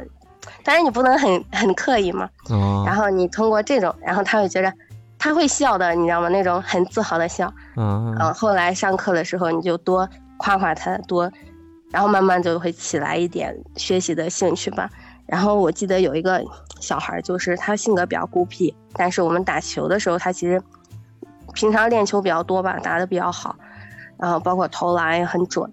Speaker 4: 但是你不能很很刻意嘛。
Speaker 3: 哦
Speaker 4: 然后你通过这种，然后他会觉得，他会笑的，你知道吗？那种很自豪的笑。嗯、
Speaker 3: 啊，
Speaker 4: 后来上课的时候，你就多夸夸他，多，然后慢慢就会起来一点学习的兴趣吧。然后我记得有一个小孩儿，就是他性格比较孤僻，但是我们打球的时候，他其实平常练球比较多吧，打得比较好，然后包括投篮也很准，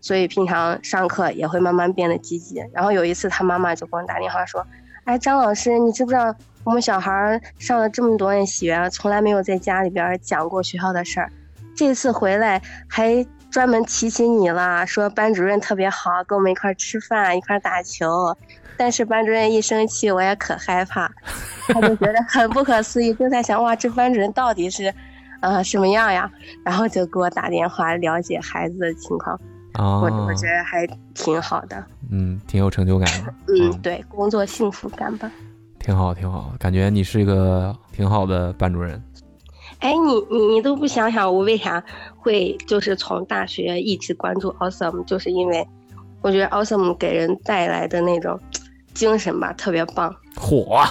Speaker 4: 所以平常上课也会慢慢变得积极。然后有一次，他妈妈就给我打电话说：“哎，张老师，你知不知道我们小孩儿上了这么多年学，啊从来没有在家里边儿讲过学校的事儿，这次回来还专门提起你了，说班主任特别好，跟我们一块儿吃饭，一块儿打球。但是班主任一生气，我也可害怕，他就觉得很不可思议，就在想哇，这班主任到底是，呃，什么样呀？然后就给我打电话了解孩子的情况，
Speaker 3: 啊，
Speaker 4: 我我觉得还挺好的，
Speaker 3: 嗯，挺有成就感的，
Speaker 4: 嗯，，对，工作幸福感吧。
Speaker 3: 挺好，挺好，感觉你是一个挺好的班主任。
Speaker 4: 哎，你你你都不想想，我为啥会就是从大学一直关注 Awesome，就是因为我觉得 Awesome 给人带来的那种精神吧，特别棒，
Speaker 3: 火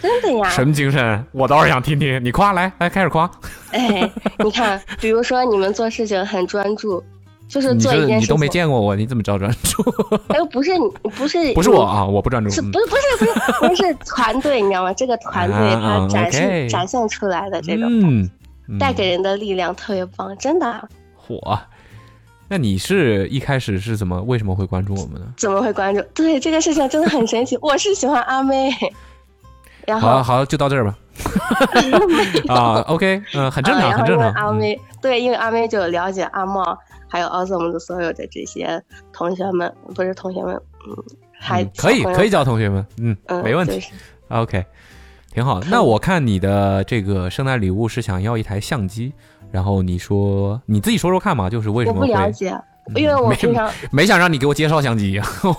Speaker 4: 真的呀！
Speaker 3: 什么精神？我倒是想听听，你夸来来，开始夸。
Speaker 4: 哎，你看，比如说你们做事情很专注，就是
Speaker 3: 你
Speaker 4: 做一
Speaker 3: 这
Speaker 4: 件
Speaker 3: 你
Speaker 4: 事
Speaker 3: 都没
Speaker 4: 情，
Speaker 3: 见过我，你怎么知道专注？
Speaker 4: 哎，不是你不 是
Speaker 3: 不是
Speaker 4: 你
Speaker 3: 我啊，我不专注。
Speaker 4: 是
Speaker 3: 嗯
Speaker 4: 不是不是不是不是团队，你知道吗？这个团队
Speaker 3: 啊
Speaker 4: 它展现、
Speaker 3: ，OK
Speaker 4: 展现出来的这个、
Speaker 3: 嗯，嗯
Speaker 4: 带给人的力量特别棒，真的。啊
Speaker 3: 火。啊那你是一开始是怎么为什么会关注我们呢？
Speaker 4: 怎么会关注？对这个事情真的很神奇。我是喜欢阿妹，然后
Speaker 3: 好好，就到这儿 吧。啊，OK，嗯，很正
Speaker 4: 嗯
Speaker 3: 常，很
Speaker 4: 然后
Speaker 3: 正
Speaker 4: 因
Speaker 3: 常。
Speaker 4: 为阿
Speaker 3: 嗯
Speaker 4: 妹、对，因为阿妹就有了解阿茂还有 Awesome 的所有的这些同学们，不是同学们，嗯，还、
Speaker 3: 嗯可以可以，叫同学们，嗯，
Speaker 4: 嗯，
Speaker 3: 没问
Speaker 4: 就
Speaker 3: 题
Speaker 4: 是
Speaker 3: ，OK，挺好。那我看你的这个圣诞礼物是想要一台相机，然后你说你自己说说看嘛，就是为什
Speaker 4: 我
Speaker 3: 么
Speaker 4: 不
Speaker 3: 会
Speaker 4: 了解，因为
Speaker 3: 嗯
Speaker 4: 我
Speaker 3: 没
Speaker 4: 平常
Speaker 3: 没想让你给我介绍相机， 我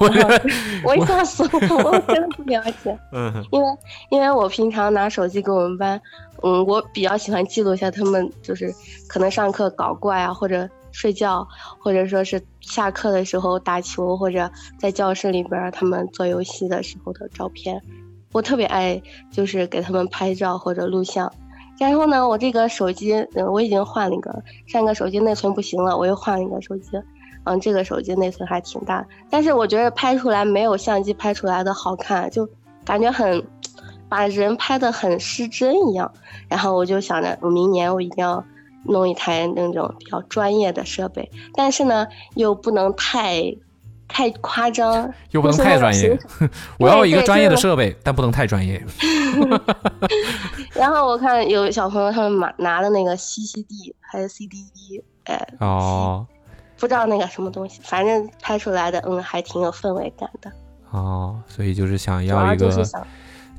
Speaker 4: 我 一下死我，我真的不了解，
Speaker 3: 嗯
Speaker 4: 因为因为我平常拿手机给我们班，嗯，我比较喜欢记录一下他们就是可能上课搞怪啊，或者睡觉，或者说是下课的时候打球，或者在教室里边儿他们做游戏的时候的照片。我特别爱就是给他们拍照或者录像。然后呢，我这个手机，嗯，我已经换了一个，上个手机内存不行了，我又换了一个手机。嗯，这个手机内存还挺大，但是我觉得拍出来没有相机拍出来的好看，就感觉很把人拍的很失真一样。然后我就想着，我明年我一定要弄一台那种比较专业的设备，但是呢，又不能太太夸张，
Speaker 3: 又不能
Speaker 4: 就是
Speaker 3: 太
Speaker 4: 那种
Speaker 3: 专业
Speaker 4: 平，
Speaker 3: 我要一个
Speaker 4: 对
Speaker 3: 专业的
Speaker 4: 就是
Speaker 3: 设备，但不能太专业。
Speaker 4: 然后我看有小朋友他们买拿的那个 CCD 还是 CDD，哎，
Speaker 3: 哦
Speaker 4: 不知道那个什么东西，反正拍出来的嗯还挺有氛围感的。
Speaker 3: 哦，所以就是想
Speaker 4: 主
Speaker 3: 要
Speaker 4: 要
Speaker 3: 一
Speaker 4: 就
Speaker 3: 个
Speaker 4: 是想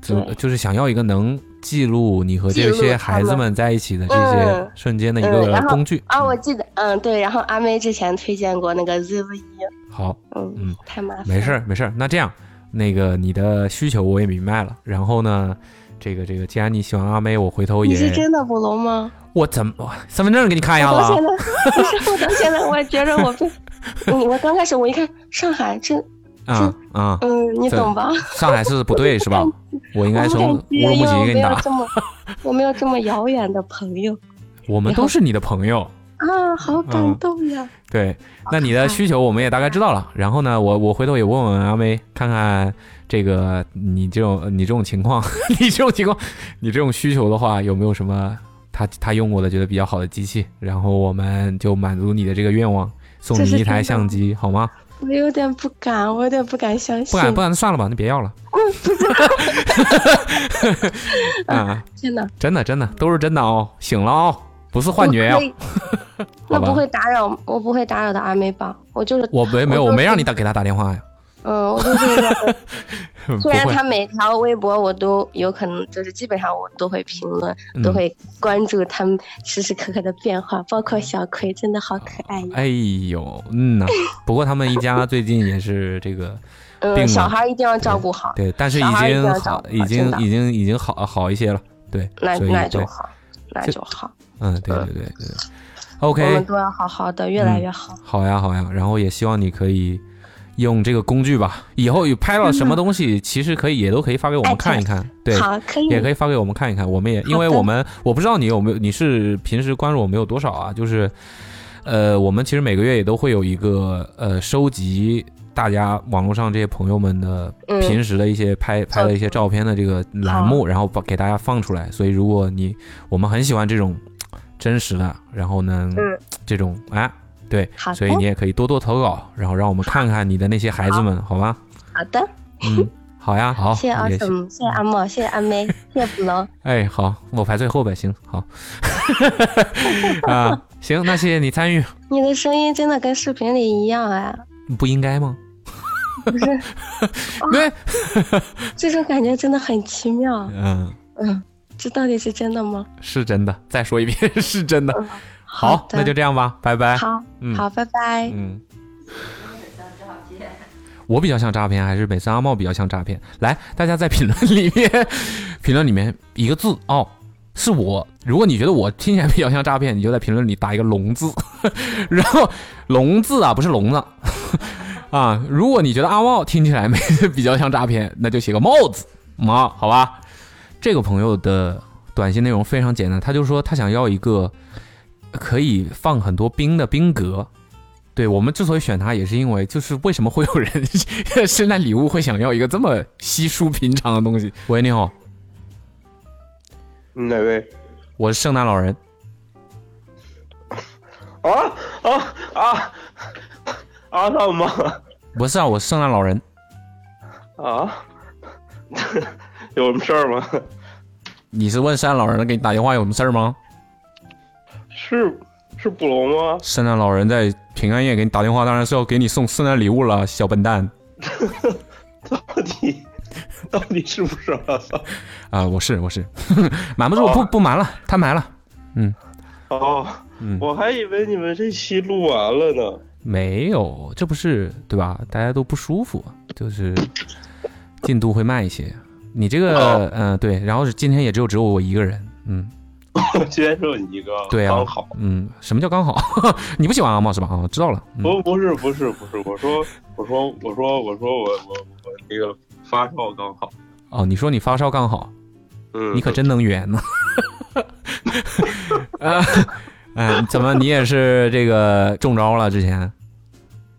Speaker 3: 就
Speaker 4: 对
Speaker 3: 就是想要一个能记录你和这
Speaker 4: 记录
Speaker 3: 些
Speaker 4: 他
Speaker 3: 孩子
Speaker 4: 们
Speaker 3: 们在一起的这些
Speaker 4: 嗯
Speaker 3: 瞬间的一
Speaker 4: 嗯，
Speaker 3: 个
Speaker 4: 然后
Speaker 3: 工具。
Speaker 4: 啊，我
Speaker 3: 嗯
Speaker 4: 记得嗯对，然后阿妹之前推荐过那个 ZV 一，
Speaker 3: 好，
Speaker 4: 嗯
Speaker 3: 嗯
Speaker 4: 太麻烦，
Speaker 3: 没事，儿，没事儿。那这样，那个你的需求我也明白了。然后呢，这个这个，既然你喜欢阿妹，我回头
Speaker 4: 你
Speaker 3: 也
Speaker 4: 是真的捕龙吗？
Speaker 3: 我怎么哇身份证给你看一下
Speaker 4: 我
Speaker 3: 子
Speaker 4: 到
Speaker 3: 啊
Speaker 4: 现？在不是，我到现在我也觉得我被，嗯，我刚开始我一看上海这，
Speaker 3: 啊啊，
Speaker 4: 嗯，你
Speaker 3: 对
Speaker 4: 懂吧？
Speaker 3: 上海是不对是吧？我应
Speaker 4: 我
Speaker 3: 该
Speaker 4: 不
Speaker 3: 从
Speaker 4: 敢接，因
Speaker 3: 乌
Speaker 4: 为
Speaker 3: 鲁木齐
Speaker 4: 我
Speaker 3: 给
Speaker 4: 没
Speaker 3: 你
Speaker 4: 有
Speaker 3: 打。
Speaker 4: 这么，我没有这么遥远的朋友
Speaker 3: 我们都是你的朋友，
Speaker 4: 啊，好感
Speaker 3: 嗯
Speaker 4: 动呀！
Speaker 3: 对，那你的需求我们也大概知道了。然后呢，我我回头也问问阿妹，看看这个你这种你这种情况， 你这种情况，你这种需求的话，有没有什么她她用过的觉得比较好的机器？然后我们就满足你的这个愿望，送
Speaker 4: 这
Speaker 3: 你
Speaker 4: 是
Speaker 3: 一台
Speaker 4: 真的
Speaker 3: 相机，好吗？
Speaker 4: 我有点不敢，我有点不敢相
Speaker 3: 不
Speaker 4: 信。
Speaker 3: 敢不敢，算了吧，那别要 了。 啊，
Speaker 4: 真的，
Speaker 3: 真的真的都是真的哦，醒了哦，不是幻觉
Speaker 4: 我
Speaker 3: 哦
Speaker 4: 可。以
Speaker 3: 好
Speaker 4: 那
Speaker 3: 吧
Speaker 4: 不会打扰，我不会打扰到阿妹吧？我就是，
Speaker 3: 我没没有，
Speaker 4: 我
Speaker 3: 我
Speaker 4: 就
Speaker 3: 没
Speaker 4: 是
Speaker 3: 让你打给他打电话呀，
Speaker 4: 嗯，我就是一 个
Speaker 3: 不
Speaker 4: 虽然他
Speaker 3: 会。
Speaker 4: 每条微博我都有可能，就是基本上我都会评论，
Speaker 3: 嗯
Speaker 4: 都会关注他们时时刻刻的变化，包括小葵真的好可爱呀。
Speaker 3: 哎呦，嗯呐、不过他们一家最近也是这 个，病了
Speaker 4: 嗯，小孩一定要照顾好，
Speaker 3: 对，但是
Speaker 4: 小
Speaker 3: 已
Speaker 4: 孩一定
Speaker 3: 经
Speaker 4: 要照
Speaker 3: 好，
Speaker 4: 顾
Speaker 3: 已
Speaker 4: 好真
Speaker 3: 经
Speaker 4: 的
Speaker 3: 已经已经好好一些了，对，
Speaker 4: 那
Speaker 3: 所以
Speaker 4: 那就
Speaker 3: 对，
Speaker 4: 好，那
Speaker 3: 这
Speaker 4: 就好，
Speaker 3: 嗯，对对对对对
Speaker 4: 我们
Speaker 3: ，OK，
Speaker 4: 都要好好的，越
Speaker 3: 嗯
Speaker 4: 来越好。
Speaker 3: 好呀好呀，然后也希望你可以用这个工具吧，以后有拍到什么东西，其实可以也都可以发给我们
Speaker 4: 嗯哎
Speaker 3: 看一看，对，
Speaker 4: 好，可以，
Speaker 3: 也可以发给我们看一看，我们也因为我们我不知道你有没有，你是平时关注我们有多少啊？就是，呃，我们其实每个月也都会有一个呃收集大家网络上这些朋友们的
Speaker 4: 嗯
Speaker 3: 平时的一些拍、拍的一些照片的这个栏目，然后把给大家放出来。所以如果你我们很喜欢这种真实的，然后呢，
Speaker 4: 嗯
Speaker 3: 这种啊。对，
Speaker 4: 好的
Speaker 3: 所以你也可以多多投稿，然后让我们看看你的那些孩子们，好吗？
Speaker 4: 好的，
Speaker 3: 嗯，好呀，好，
Speaker 4: 谢谢
Speaker 3: 也行
Speaker 4: awesome，谢谢阿莫，谢谢阿妹，谢谢捕龙，
Speaker 3: 哎，好，我排最后呗，行， 好，啊，行，那谢谢你参与，
Speaker 4: 你的声音真的跟视频里一样哎、
Speaker 3: 不应该吗？
Speaker 4: 不是 啊
Speaker 3: 对，
Speaker 4: 这种感觉真的很奇妙。
Speaker 3: 嗯，
Speaker 4: 嗯，这到底是真的吗？
Speaker 3: 是真的，再说一遍， 是真的。好
Speaker 4: 嗯好，的
Speaker 3: 那就这样吧，拜拜。
Speaker 4: 好，
Speaker 3: 嗯
Speaker 4: 好，拜拜。
Speaker 3: 嗯。我比较像诈骗，还是美森阿茂比较像诈骗？来，大家在评论里面，评论里面一个字哦，是我。如果你觉得我听起来比较像诈骗，你就在评论里打一个“聋”字， 然后“聋”字啊，不是聋子啊。如果你觉得阿茂听起来没比较像诈骗，那就写个“帽子”啊，好吧？这个朋友的短信内容非常简单，他就说他想要一个可以放很多冰的冰格，对我们之所以选它，也是因为就是为什么会有人 圣诞礼物会想要一个这么稀疏平常的东西？喂，你好，
Speaker 2: 哪位？
Speaker 3: 我是圣诞老人。
Speaker 2: 啊啊啊！阿萨姆
Speaker 3: 不是啊，我是圣诞老人。
Speaker 2: 啊， 有什么事儿吗？
Speaker 3: 你是问圣诞老人给你打电话有什么事儿吗？
Speaker 2: 是是捕龙吗？
Speaker 3: 圣诞老人在平安夜给你打电话，当然是要给你送圣诞礼物了，小笨蛋
Speaker 2: 到底到底是不是阿萨姆？
Speaker 3: 啊、我是我是， 瞒不住不不瞒了，他瞒了。
Speaker 2: 哦，
Speaker 3: 嗯，
Speaker 2: 我还以为你们这期录完了呢。
Speaker 3: 没有，这不是对吧？大家都不舒服，就是进度会慢一些。你这个嗯、对，然后是今天也只有只有我一个人，嗯。
Speaker 2: 我今天只有你一个，
Speaker 3: 对啊，
Speaker 2: 刚好。
Speaker 3: 嗯，什么叫刚好？ 你不喜欢阿茂是吧？啊，知道了。嗯、
Speaker 2: 不，不是，不是，不是，我说，我说，我说，我说，我我我那个发烧刚好。
Speaker 3: 哦，你说你发烧刚好，
Speaker 2: 嗯，
Speaker 3: 你可真能圆呢。 啊，嗯，怎么你也是这个中招了？之前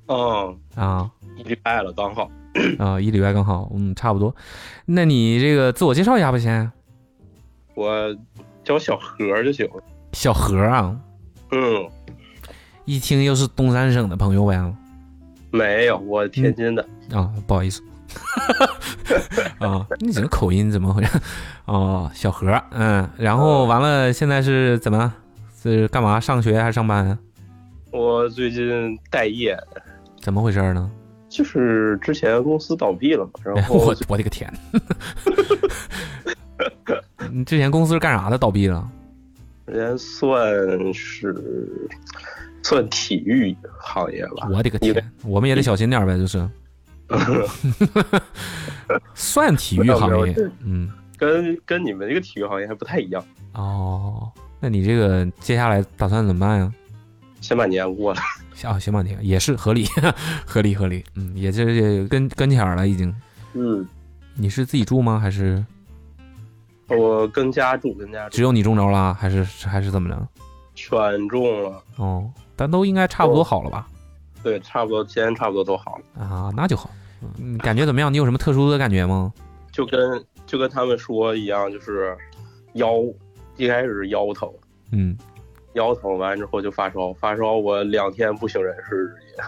Speaker 2: 嗯，
Speaker 3: 啊
Speaker 2: 一礼拜了，刚好。
Speaker 3: 啊，一礼拜刚好，嗯，差不多。那你这个自我介绍一下吧，先。
Speaker 2: 我叫小何就行了。
Speaker 3: 小何啊，
Speaker 2: 嗯，
Speaker 3: 一听又是东三省的朋友呗。
Speaker 2: 没
Speaker 3: 嗯
Speaker 2: 有，我天津的。
Speaker 3: 啊，不好意思。 啊，你这个口音怎么回事？哦，小何，嗯，然后完了，现在是怎么？是干嘛？上学还是上班啊？
Speaker 2: 我最近待业，
Speaker 3: 怎么回事呢？
Speaker 2: 就是之前公司倒闭了嘛，然后
Speaker 3: 我我的个天！你之前公司是干啥的？倒闭了？
Speaker 2: 之前算是算体育行业
Speaker 8: 啊
Speaker 2: 吧。
Speaker 3: 我的个天！我们也得小心点儿呗，就是。 算体育行业，嗯，
Speaker 2: 跟跟你们这个体育行业还不太一样，
Speaker 3: 哦，那你这个接下来打算怎么办呀？
Speaker 2: 先把年过了。
Speaker 3: 啊，行吧，你也是合理，合理，合理，嗯，也这也跟跟前儿了已经。
Speaker 2: 嗯，
Speaker 3: 你是自己住吗？还是
Speaker 8: 我跟家住，跟家
Speaker 3: 只
Speaker 8: 住，
Speaker 3: 有你中着了，还是还是怎么着？
Speaker 8: 全中了，
Speaker 3: 哦，但都应该差不多好了吧？
Speaker 8: 对，差不多，今天差不多都好了，
Speaker 3: 啊，那就好。嗯，感觉怎么样？你有什么特殊的感觉吗？
Speaker 8: 就跟就跟他们说一样，就是腰，一开始是腰疼，
Speaker 3: 嗯，
Speaker 8: 腰疼完之后就发烧，发烧我两天不省人事，直接，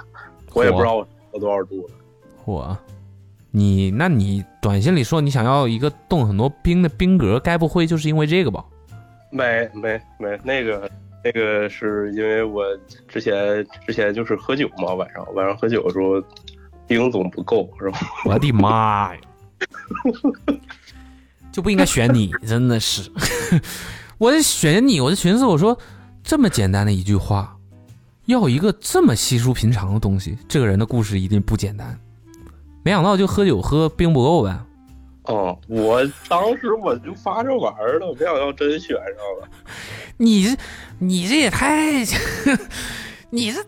Speaker 8: 我也不知道我喝多少度了，
Speaker 3: 我，你那你短信里说你想要一个冻很多冰的冰格，该不会就是因为这个吧？
Speaker 8: 没没没，那个那个是因为我之前之前就是喝酒嘛，晚上晚上喝酒的时候，冰总不够，然 后
Speaker 3: 我的妈呀！ 就不应该选你，真的是。 我就选你，我就寻思，我说这么简单的一句话，要一个这么稀疏平常的东西，这个人的故事一定不简单。没想到就喝酒喝冰不够呗。啊
Speaker 8: 哦，我当时我就发着玩儿的，没想到真选上了。
Speaker 3: 你这，你这也太， 你这，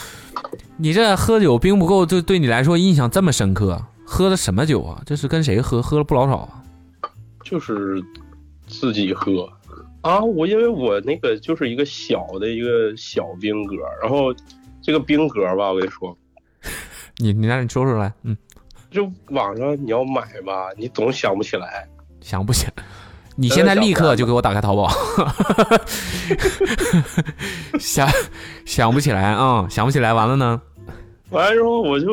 Speaker 3: 你这喝酒冰不够，就对你来说印象这么深刻，啊喝的什么酒啊？这是跟谁喝？喝了不老少啊？
Speaker 8: 就是自己喝啊。我因为我那个就是一个小的一个小冰格，然后这个冰格吧，我跟你说，
Speaker 3: 你你让你说出来，嗯，
Speaker 8: 就网上你要买吧，你总想不起来。
Speaker 3: 想不起来。你现在立刻就给我打开淘宝， 想想不起来啊、想不起来。完了呢，
Speaker 8: 完了之后，我就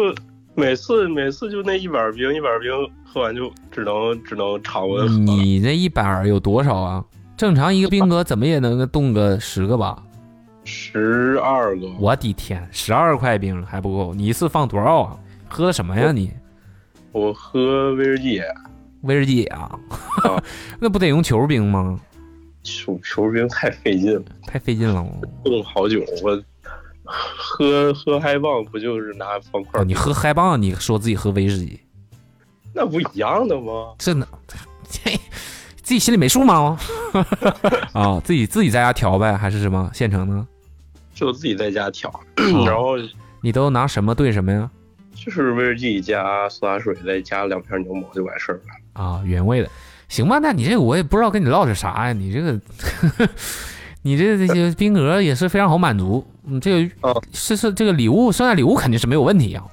Speaker 8: 每次每次就那一板冰一板冰喝完就只能只能常温喝。
Speaker 3: 你这一板儿有多少啊？正常一个冰格怎么也能冻个十个吧？
Speaker 8: 十二个，
Speaker 3: 我的天，十二块冰还不够，你一次放多少啊？喝的什么呀你？
Speaker 8: 我喝威士忌，
Speaker 3: 威士忌啊， 那不得用球冰吗？
Speaker 8: 球球冰太费劲了，
Speaker 3: 太费劲了。
Speaker 8: 冻好久。我喝喝嗨棒不就是拿方块
Speaker 3: 哦
Speaker 8: 儿？
Speaker 3: 你喝嗨棒，你说自己喝威士忌，
Speaker 8: 那不一样的吗？
Speaker 3: 这哪？嘿 自己心里没数 吗？啊、自己自己在家调呗，还是什么现成的？
Speaker 8: 就自己在家调，
Speaker 3: 哦
Speaker 8: 然后
Speaker 3: 你都拿什么兑什么呀？
Speaker 8: 就是威士忌加苏打水，再加两片牛毛就完事儿了。
Speaker 3: 啊，原味的，行吧？那你这个我也不知道跟你唠点啥呀，你这个， 你这这些冰格也是非常好满足，嗯，这个
Speaker 8: 哦
Speaker 3: 是是这个礼物，圣诞礼物肯定是没有问题啊。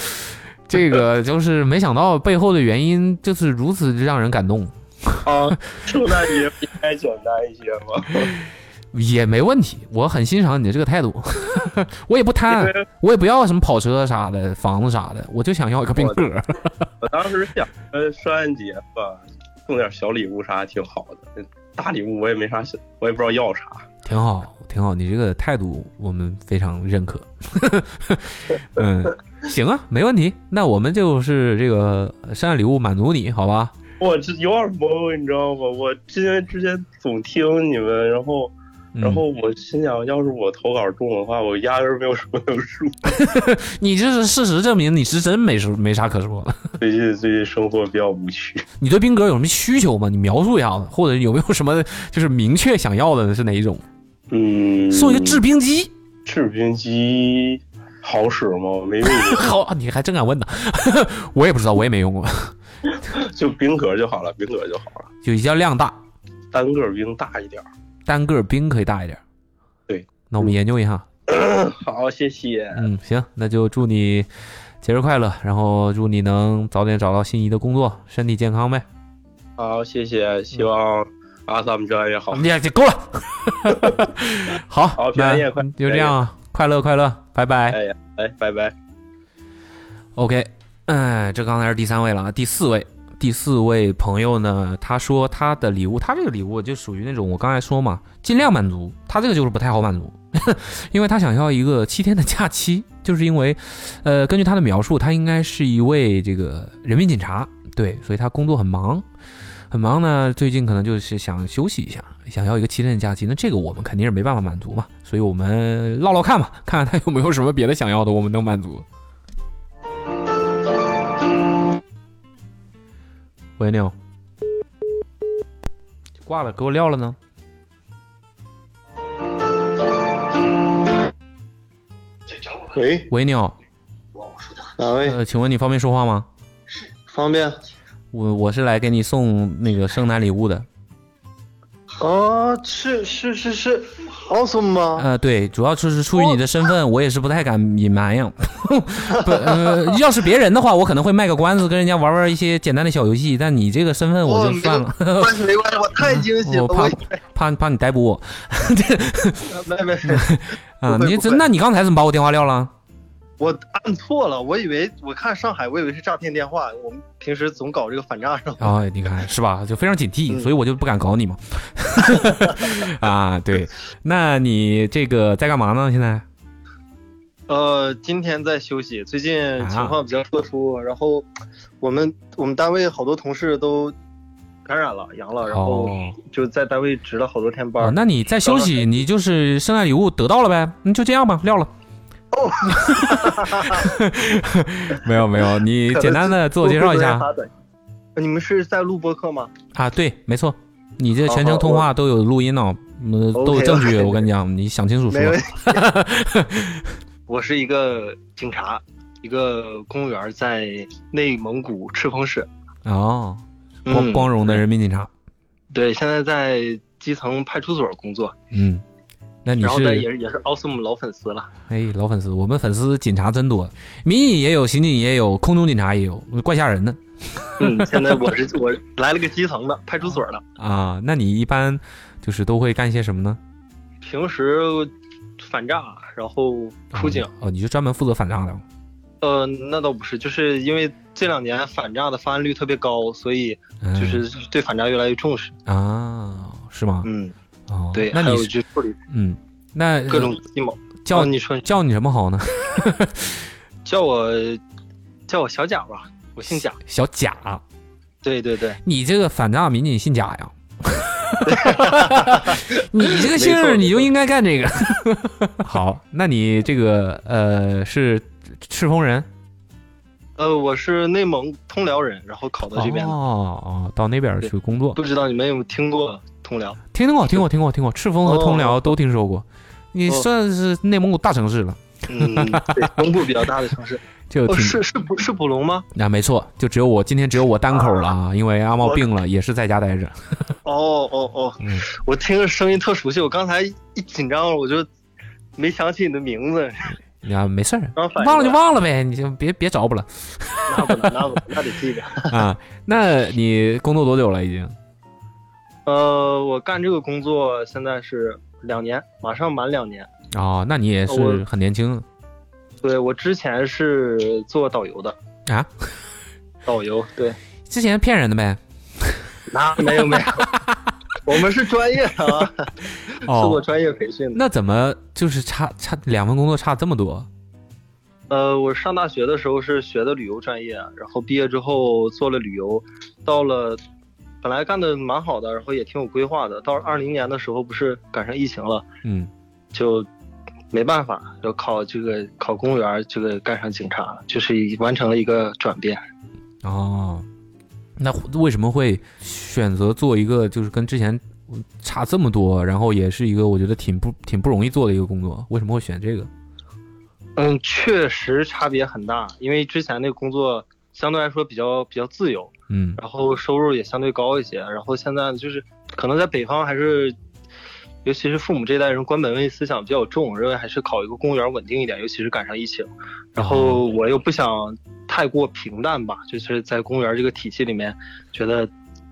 Speaker 3: 这个就是没想到背后的原因就是如此让人感动，
Speaker 8: 啊，圣诞节不应该简单一些吗？
Speaker 3: 也没问题，我很欣赏你的这个态度， 我也不贪
Speaker 8: 因为，
Speaker 3: 我也不要什么跑车啥的、房子啥的，我就想要一个冰格。
Speaker 8: 我当时想，呃，圣诞节吧，送点小礼物啥挺好的，大礼物我也没啥想，我也不知道要啥。
Speaker 3: 挺好，挺好，你这个态度我们非常认可。 嗯，行啊，没问题。那我们就是这个圣诞礼物满足你，好吧？
Speaker 8: 我这有点懵，你知道吗？我因为之前总听你们，然后。
Speaker 3: 嗯
Speaker 8: 然后我心想，要是我投稿中的话，我压根儿没有什么能说。
Speaker 3: 你这是事实证明你是真没说没啥可说的。
Speaker 8: 最近最近生活比较无趣，
Speaker 3: 你对冰格有什么需求吗？你描述一下子，或者有没有什么就是明确想要的是哪一种？
Speaker 8: 嗯，
Speaker 3: 送一个制冰机，
Speaker 8: 制冰机好使吗？我没用过，
Speaker 3: 好，啊你还真敢问呢？ 我也不知道，我也没用过，
Speaker 8: 就冰格就好了，冰格就好了，
Speaker 3: 就一定要量大，
Speaker 8: 单个冰大一点儿。
Speaker 3: 单个冰可以大一点。
Speaker 8: 对，
Speaker 3: 那我们研究一下。
Speaker 8: 好，谢谢。
Speaker 3: 嗯，行，那就祝你节日快乐，然后祝你能早点找到心仪的工作，身体健康呗。
Speaker 8: 好，谢谢。希望阿萨姆专业好。
Speaker 3: 你哎这够了。 好，
Speaker 8: 好平
Speaker 3: 那
Speaker 8: 安夜快
Speaker 3: 就这样啊，快乐快乐，拜拜。
Speaker 8: 哎呀，哎，拜拜。
Speaker 3: OK，嗯，这刚才是第三位了，啊，第四位，第四位朋友呢，他说他的礼物，他这个礼物就属于那种我刚才说嘛，尽量满足，他这个就是不太好满足， 因为他想要一个七天的假期，就是因为，呃，根据他的描述，他应该是一位这个人民警察，对，所以他工作很忙。很忙呢，最近可能就是想休息一下，想要一个七天的假期。那这个我们肯定是没办法满足嘛，所以我们唠唠看嘛，看看他有没有什么别的想要的，我们能满足。喂，你好。挂了，给我撂了呢。
Speaker 2: 喂，
Speaker 3: 喂，你好，
Speaker 2: 哪位
Speaker 3: 呃，请问你方便说话吗？
Speaker 2: 方便？
Speaker 3: 我我是来给你送那个圣诞礼物的。
Speaker 2: 啊，是是是是，awesome 吗？
Speaker 3: 呃，对，主要就是出于你的身份，我也是不太敢隐瞒呀。 不，呃，要是别人的话，我可能会卖个关子，跟人家玩玩一些简单的小游戏。但你这个身份，我就算了，
Speaker 2: 哦
Speaker 3: 嗯
Speaker 2: 没有关系没关系，我太惊喜了，我
Speaker 3: 我怕
Speaker 2: 以为
Speaker 3: 怕怕你逮捕我
Speaker 2: 没没没，
Speaker 3: 啊！
Speaker 2: 不会
Speaker 3: 你
Speaker 2: 不
Speaker 3: 这，
Speaker 2: 会
Speaker 3: 那你刚才怎么把我电话撂了？
Speaker 2: 我按错了，我以为我看上海，我以为是诈骗电话，我们平时总搞这个反诈，然后
Speaker 3: 啊、你看是吧？就非常警惕，
Speaker 2: 嗯
Speaker 3: 所以我就不敢搞你嘛。 啊， 对，那你这个在干嘛呢？现在？
Speaker 2: 呃，今天在休息，最近
Speaker 3: 啊
Speaker 2: 情况比较特殊，然后我们我们单位好多同事都感染了，阳了，然后
Speaker 3: 哦
Speaker 2: 就在单位值了好多天班。
Speaker 3: 啊，那你在休息，你就是圣诞礼物得到了呗？嗯那就这样吧，撂了。
Speaker 2: 哦
Speaker 3: 没有没有，你简单的自我介绍一
Speaker 2: 多亏
Speaker 3: 下
Speaker 2: 有人发短你们是在录播客吗？
Speaker 3: 啊。对，没错，你这全程通话都有录音呢，嗯都有
Speaker 2: OK，
Speaker 3: 证据。
Speaker 2: OK
Speaker 3: 我跟你讲，你想清楚说
Speaker 2: 没。问题。我是一个警察，一个公务员，在内蒙古赤峰市。
Speaker 3: 哦，光
Speaker 2: 嗯
Speaker 3: 光荣的人民警察。
Speaker 2: 对，现在在基层派出所工作，
Speaker 3: 嗯，那你
Speaker 2: 然后呢，也
Speaker 3: 是
Speaker 2: 是也是 awesome 老粉丝了。
Speaker 3: 哎老粉丝，我们粉丝警察真多，民警也有，刑警也有，空中警察也有，怪吓人的。
Speaker 2: 嗯，现在我是我来了个基层的派出所的。
Speaker 3: 啊，那你一般就是都会干些什么呢？
Speaker 2: 平时反诈，然后出警。
Speaker 3: 哦，你就专门负责反诈的。
Speaker 2: 呃，那倒不是，就是因为这两年反诈的发案率特别高，所以
Speaker 3: 嗯
Speaker 2: 就是对反诈越来越重视。
Speaker 3: 啊，是吗？
Speaker 2: 嗯，
Speaker 3: 哦，
Speaker 2: 对，
Speaker 3: 那
Speaker 2: 还
Speaker 3: 你
Speaker 2: 有
Speaker 3: 是
Speaker 2: 就处理
Speaker 3: 嗯，那
Speaker 2: 各种鸡毛。
Speaker 3: 叫
Speaker 2: 啊你说
Speaker 3: 叫你什 么好呢？
Speaker 2: 叫我叫我小贾吧，我姓贾。
Speaker 3: 小贾，
Speaker 2: 对对对，
Speaker 3: 你这个反诈民警姓贾呀。 你这个姓
Speaker 2: 没
Speaker 3: 儿，
Speaker 2: 错
Speaker 3: 你就应该干这个。 好，那你这个呃是赤峰人
Speaker 2: 呃，我是内蒙通辽人，然后考到这边的。
Speaker 3: 哦哦，到那边儿
Speaker 2: 对
Speaker 3: 去工作
Speaker 2: 不。知道你们有没有听过通辽？
Speaker 3: 听过，听过，听过，听过，赤峰和通辽
Speaker 2: 哦
Speaker 3: 都听说过。你
Speaker 2: 哦
Speaker 3: 算是内蒙古大城市了，
Speaker 2: 嗯，对，东部比较大的城 市。
Speaker 3: 就
Speaker 2: 哦，
Speaker 3: 挺
Speaker 2: 是是不是捕龙吗？
Speaker 3: 那、没错，就只有我今天只有我单口了啊，因为阿茂病了，也是在家待着。
Speaker 2: 哦哦哦，
Speaker 3: 嗯，
Speaker 2: 我听着声音特熟悉，我刚才一紧张我就没想起你的名字，
Speaker 3: 啊，没事儿，
Speaker 2: 刚反应
Speaker 3: 忘了就
Speaker 2: 过来，
Speaker 3: 忘了呗，你就别别 找补了
Speaker 2: 那不能那不能那得记着。
Speaker 3: 啊。那你工作多久了？已经
Speaker 2: 呃，我干这个工作现在是两年，马上满两年。
Speaker 3: 哦，那你也是
Speaker 2: 我
Speaker 3: 很年轻
Speaker 2: 对我之前是做导游的，
Speaker 3: 啊。
Speaker 2: 导游对，
Speaker 3: 之前骗人的呗？
Speaker 2: 那没 有没有，我们是专业的啊，受过
Speaker 3: 哦，
Speaker 2: 专业培训的。
Speaker 3: 那怎么就是差差两份工作差这么多？
Speaker 2: 呃，我上大学的时候是学的旅游专业，啊然后毕业之后做了旅游，到了本来干的蛮好的，然后也挺有规划的。到二零年的时候，不是赶上疫情了，
Speaker 3: 嗯，
Speaker 2: 就没办法，就考这个考公务员，这个干上警察了，就是一完成了一个转变。
Speaker 3: 哦，那为什么会选择做一个就是跟之前差这么多，然后也是一个我觉得挺不挺不容易做的一个工作？为什么会选这个？
Speaker 2: 嗯，确实差别很大，因为之前那个工作相对来说比较比较自由，
Speaker 3: 嗯
Speaker 2: 然后收入也相对高一些，然后现在就是可能在北方还是，尤其是父母这代人官本位思想比较重，认为还是考一个公务员稳定一点，尤其是赶上疫情。然后我又不想太过平淡吧，就是在公务员这个体系里面，觉得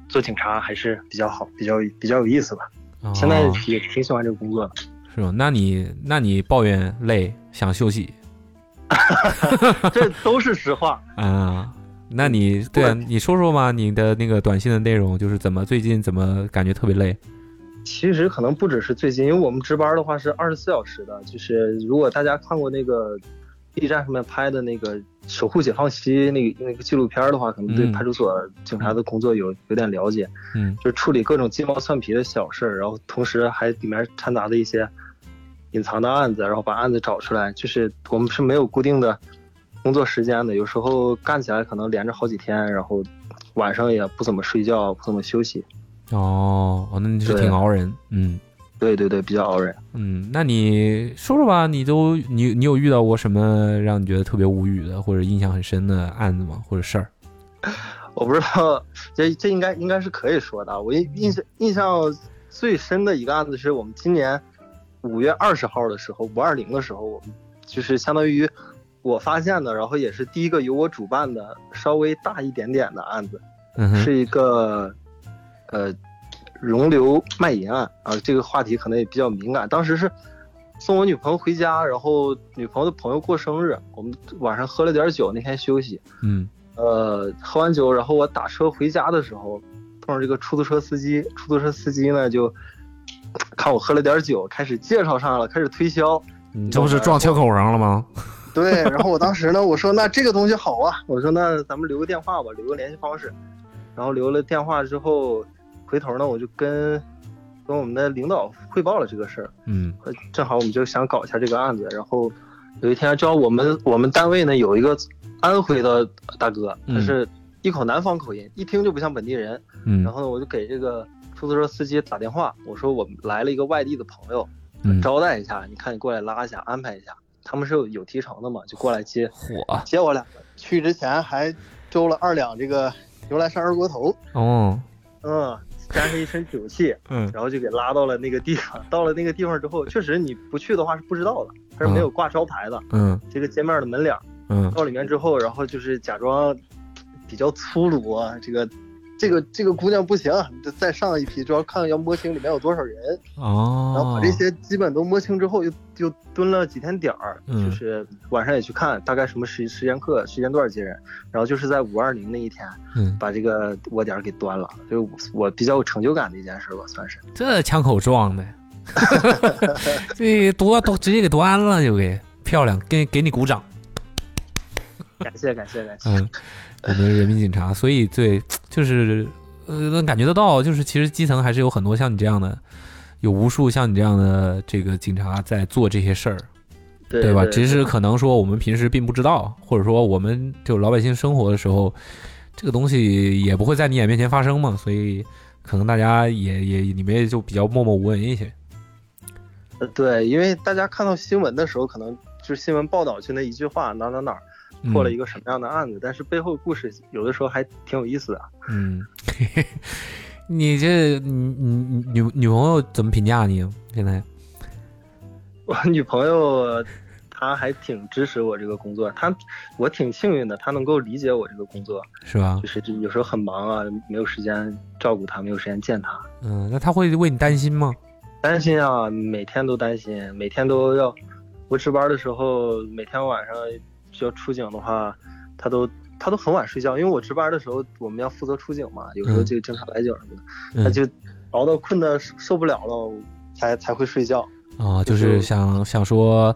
Speaker 2: 做警察还是比较好，比较比较有意思吧。
Speaker 3: 哦
Speaker 2: 呃现在也挺喜欢这个工作的。
Speaker 3: 是吗？那你那你抱怨累，想休息
Speaker 2: 这都是实话。
Speaker 3: 啊？那
Speaker 2: 嗯
Speaker 3: 你对啊，你说说嘛，你的那个短信的内容就是怎么最近怎么感觉特别累？
Speaker 2: 其实可能不只是最近，因为我们值班的话是二十四小时的，就是如果大家看过那个 B 站上面拍的那个《守护解放西》那个那个纪录片的话，可能对
Speaker 3: 嗯
Speaker 2: 派出所警察的工作有有点了解，
Speaker 3: 嗯
Speaker 2: 就是处理各种鸡毛蒜皮的小事儿，然后同时还里面掺杂的一些隐藏的案子，然后把案子找出来，就是我们是没有固定的工作时间的，有时候干起来可能连着好几天，然后晚上也不怎么睡觉，不怎么休息，
Speaker 3: 哦哦，那你是挺
Speaker 2: 对
Speaker 3: 熬人，嗯
Speaker 2: 对对对，比较熬人。
Speaker 3: 嗯，那你说说吧，你都你你有遇到过什么让你觉得特别无语的或者印象很深的案子吗？或者事儿？
Speaker 2: 哦，我不知道，这这应该应该是可以说的。我印印象印象最深的一个案子是我们今年五月二十号的时候，五二零的时候，我们就是相当于我发现的，然后也是第一个由我主办的稍微大一点点的案子，
Speaker 3: 嗯哼，
Speaker 2: 是一个呃容留卖淫案啊，这个话题可能也比较敏感。当时是送我女朋友回家，然后女朋友的朋友过生日，我们晚上喝了点酒，那天休息，
Speaker 3: 嗯
Speaker 2: 呃，喝完酒，然后我打车回家的时候，碰上这个出租车司机。出租车司机呢，就看我喝了点酒，开始介绍上了，开始推销。
Speaker 3: 你这不是撞枪口上了吗？
Speaker 2: 对，然后我当时呢，我说那这个东西好 啊，我说那咱们留个电话吧，留个联系方式。然后留了电话之后，回头呢，我就跟跟我们的领导汇报了这个事儿。
Speaker 3: 嗯
Speaker 2: 呃正好我们就想搞一下这个案子，然后有一天，正好我们我们单位呢有一个安徽的大哥，
Speaker 3: 嗯
Speaker 2: 他是一口南方口音，一听就不像本地人。
Speaker 3: 嗯
Speaker 2: 然后呢，我就给这个出租车司机打电话，我说我们来了一个外地的朋友，
Speaker 3: 嗯，
Speaker 2: 招待一下，你看你过来拉一下，安排一下。他们是有有提成的嘛，就过来接
Speaker 3: 火
Speaker 2: 接我俩。去之前还周了二两这个牛栏山二锅头，
Speaker 3: 哦，
Speaker 2: 嗯，沾上一身酒气，
Speaker 3: 嗯
Speaker 2: 然后就给拉到了那个地方。到了那个地方之后，确实你不去的话是不知道的，它是没有挂招牌的。
Speaker 3: 嗯
Speaker 2: 这个街面的门脸儿，
Speaker 3: 嗯
Speaker 2: 到里面之后，然后就是假装比较粗鲁啊，这个这个这个姑娘不行，再上一批，主要看要摸清里面有多少人，然后
Speaker 3: 哦
Speaker 2: 把，这些基本都摸清之后，又又蹲了几天点儿，
Speaker 3: 嗯
Speaker 2: 就是晚上也去看大概什么时时间课时间段接人，然后就是在五二零那一天
Speaker 3: 嗯，
Speaker 2: 把这个窝点儿给端了，就是我我比较有成就感的一件事吧，算是。
Speaker 3: 这枪口撞 的，这多多直接给端了就给漂亮，给给你鼓掌。
Speaker 2: 感谢感谢感谢，
Speaker 3: 嗯，我们人民警察，所以对，就是呃，能感觉得到，就是其实基层还是有很多像你这样的，有无数像你这样的这个警察在做这些事儿，
Speaker 2: 对
Speaker 3: 吧？
Speaker 2: 对
Speaker 3: 只是可能说我们平时并不知道，或者说我们就老百姓生活的时候，这个东西也不会在你眼面前发生嘛，所以可能大家也也你们也就比较默默无闻一些。
Speaker 2: 呃对，因为大家看到新闻的时候，可能就是新闻报道就那一句话哪哪哪儿破了一
Speaker 3: 个，
Speaker 2: 个什么样的案子，但是背后故事有的时候还挺有意思的。
Speaker 3: 嗯， 你这你你女女朋友怎么评价你啊现在？
Speaker 2: 我女朋友她还挺支持我这个工作，她我挺幸运的，她能够理解我这个工作，
Speaker 3: 是吧？
Speaker 2: 就是有时候很忙啊，没有时间照顾她，没有时间见她，
Speaker 3: 嗯，那他会为你担心吗？
Speaker 2: 担心啊，每天都担心，每天都要。我值班的时候，每天晚上需要出警的话，他都他都很晚睡觉，因为我值班的时候我们要负责出警嘛，有时候
Speaker 3: 嗯
Speaker 2: 就经常来警什么的，
Speaker 3: 嗯
Speaker 2: 他就熬到困的受不了了，才才会睡觉。
Speaker 3: 啊，就
Speaker 2: 就是是
Speaker 3: 想想说，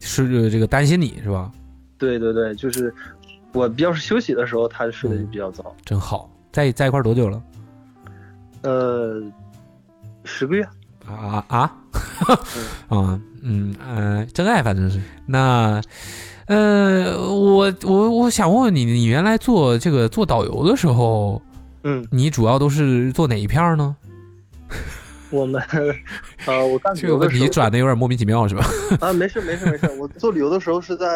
Speaker 3: 是呃这个担心你是吧？
Speaker 2: 对对对，就是我要是休息的时候，他睡得就比较早。
Speaker 3: 真好，在在一块儿多久了？嗯
Speaker 2: 呃，十个月，
Speaker 3: 啊啊啊！ 啊嗯呃，真爱反正是那，呃，我我我想问问你，你原来做这个做导游的时候，
Speaker 2: 嗯，
Speaker 3: 你主要都是做哪一片儿呢？
Speaker 2: 我们呃，我干
Speaker 3: 这
Speaker 2: 旅
Speaker 3: 个
Speaker 2: 游
Speaker 3: 问
Speaker 2: 的时
Speaker 3: 题
Speaker 2: 候
Speaker 3: 转的有点莫名其妙是吧？
Speaker 2: 啊，没事没事没事，我做旅游的时候是在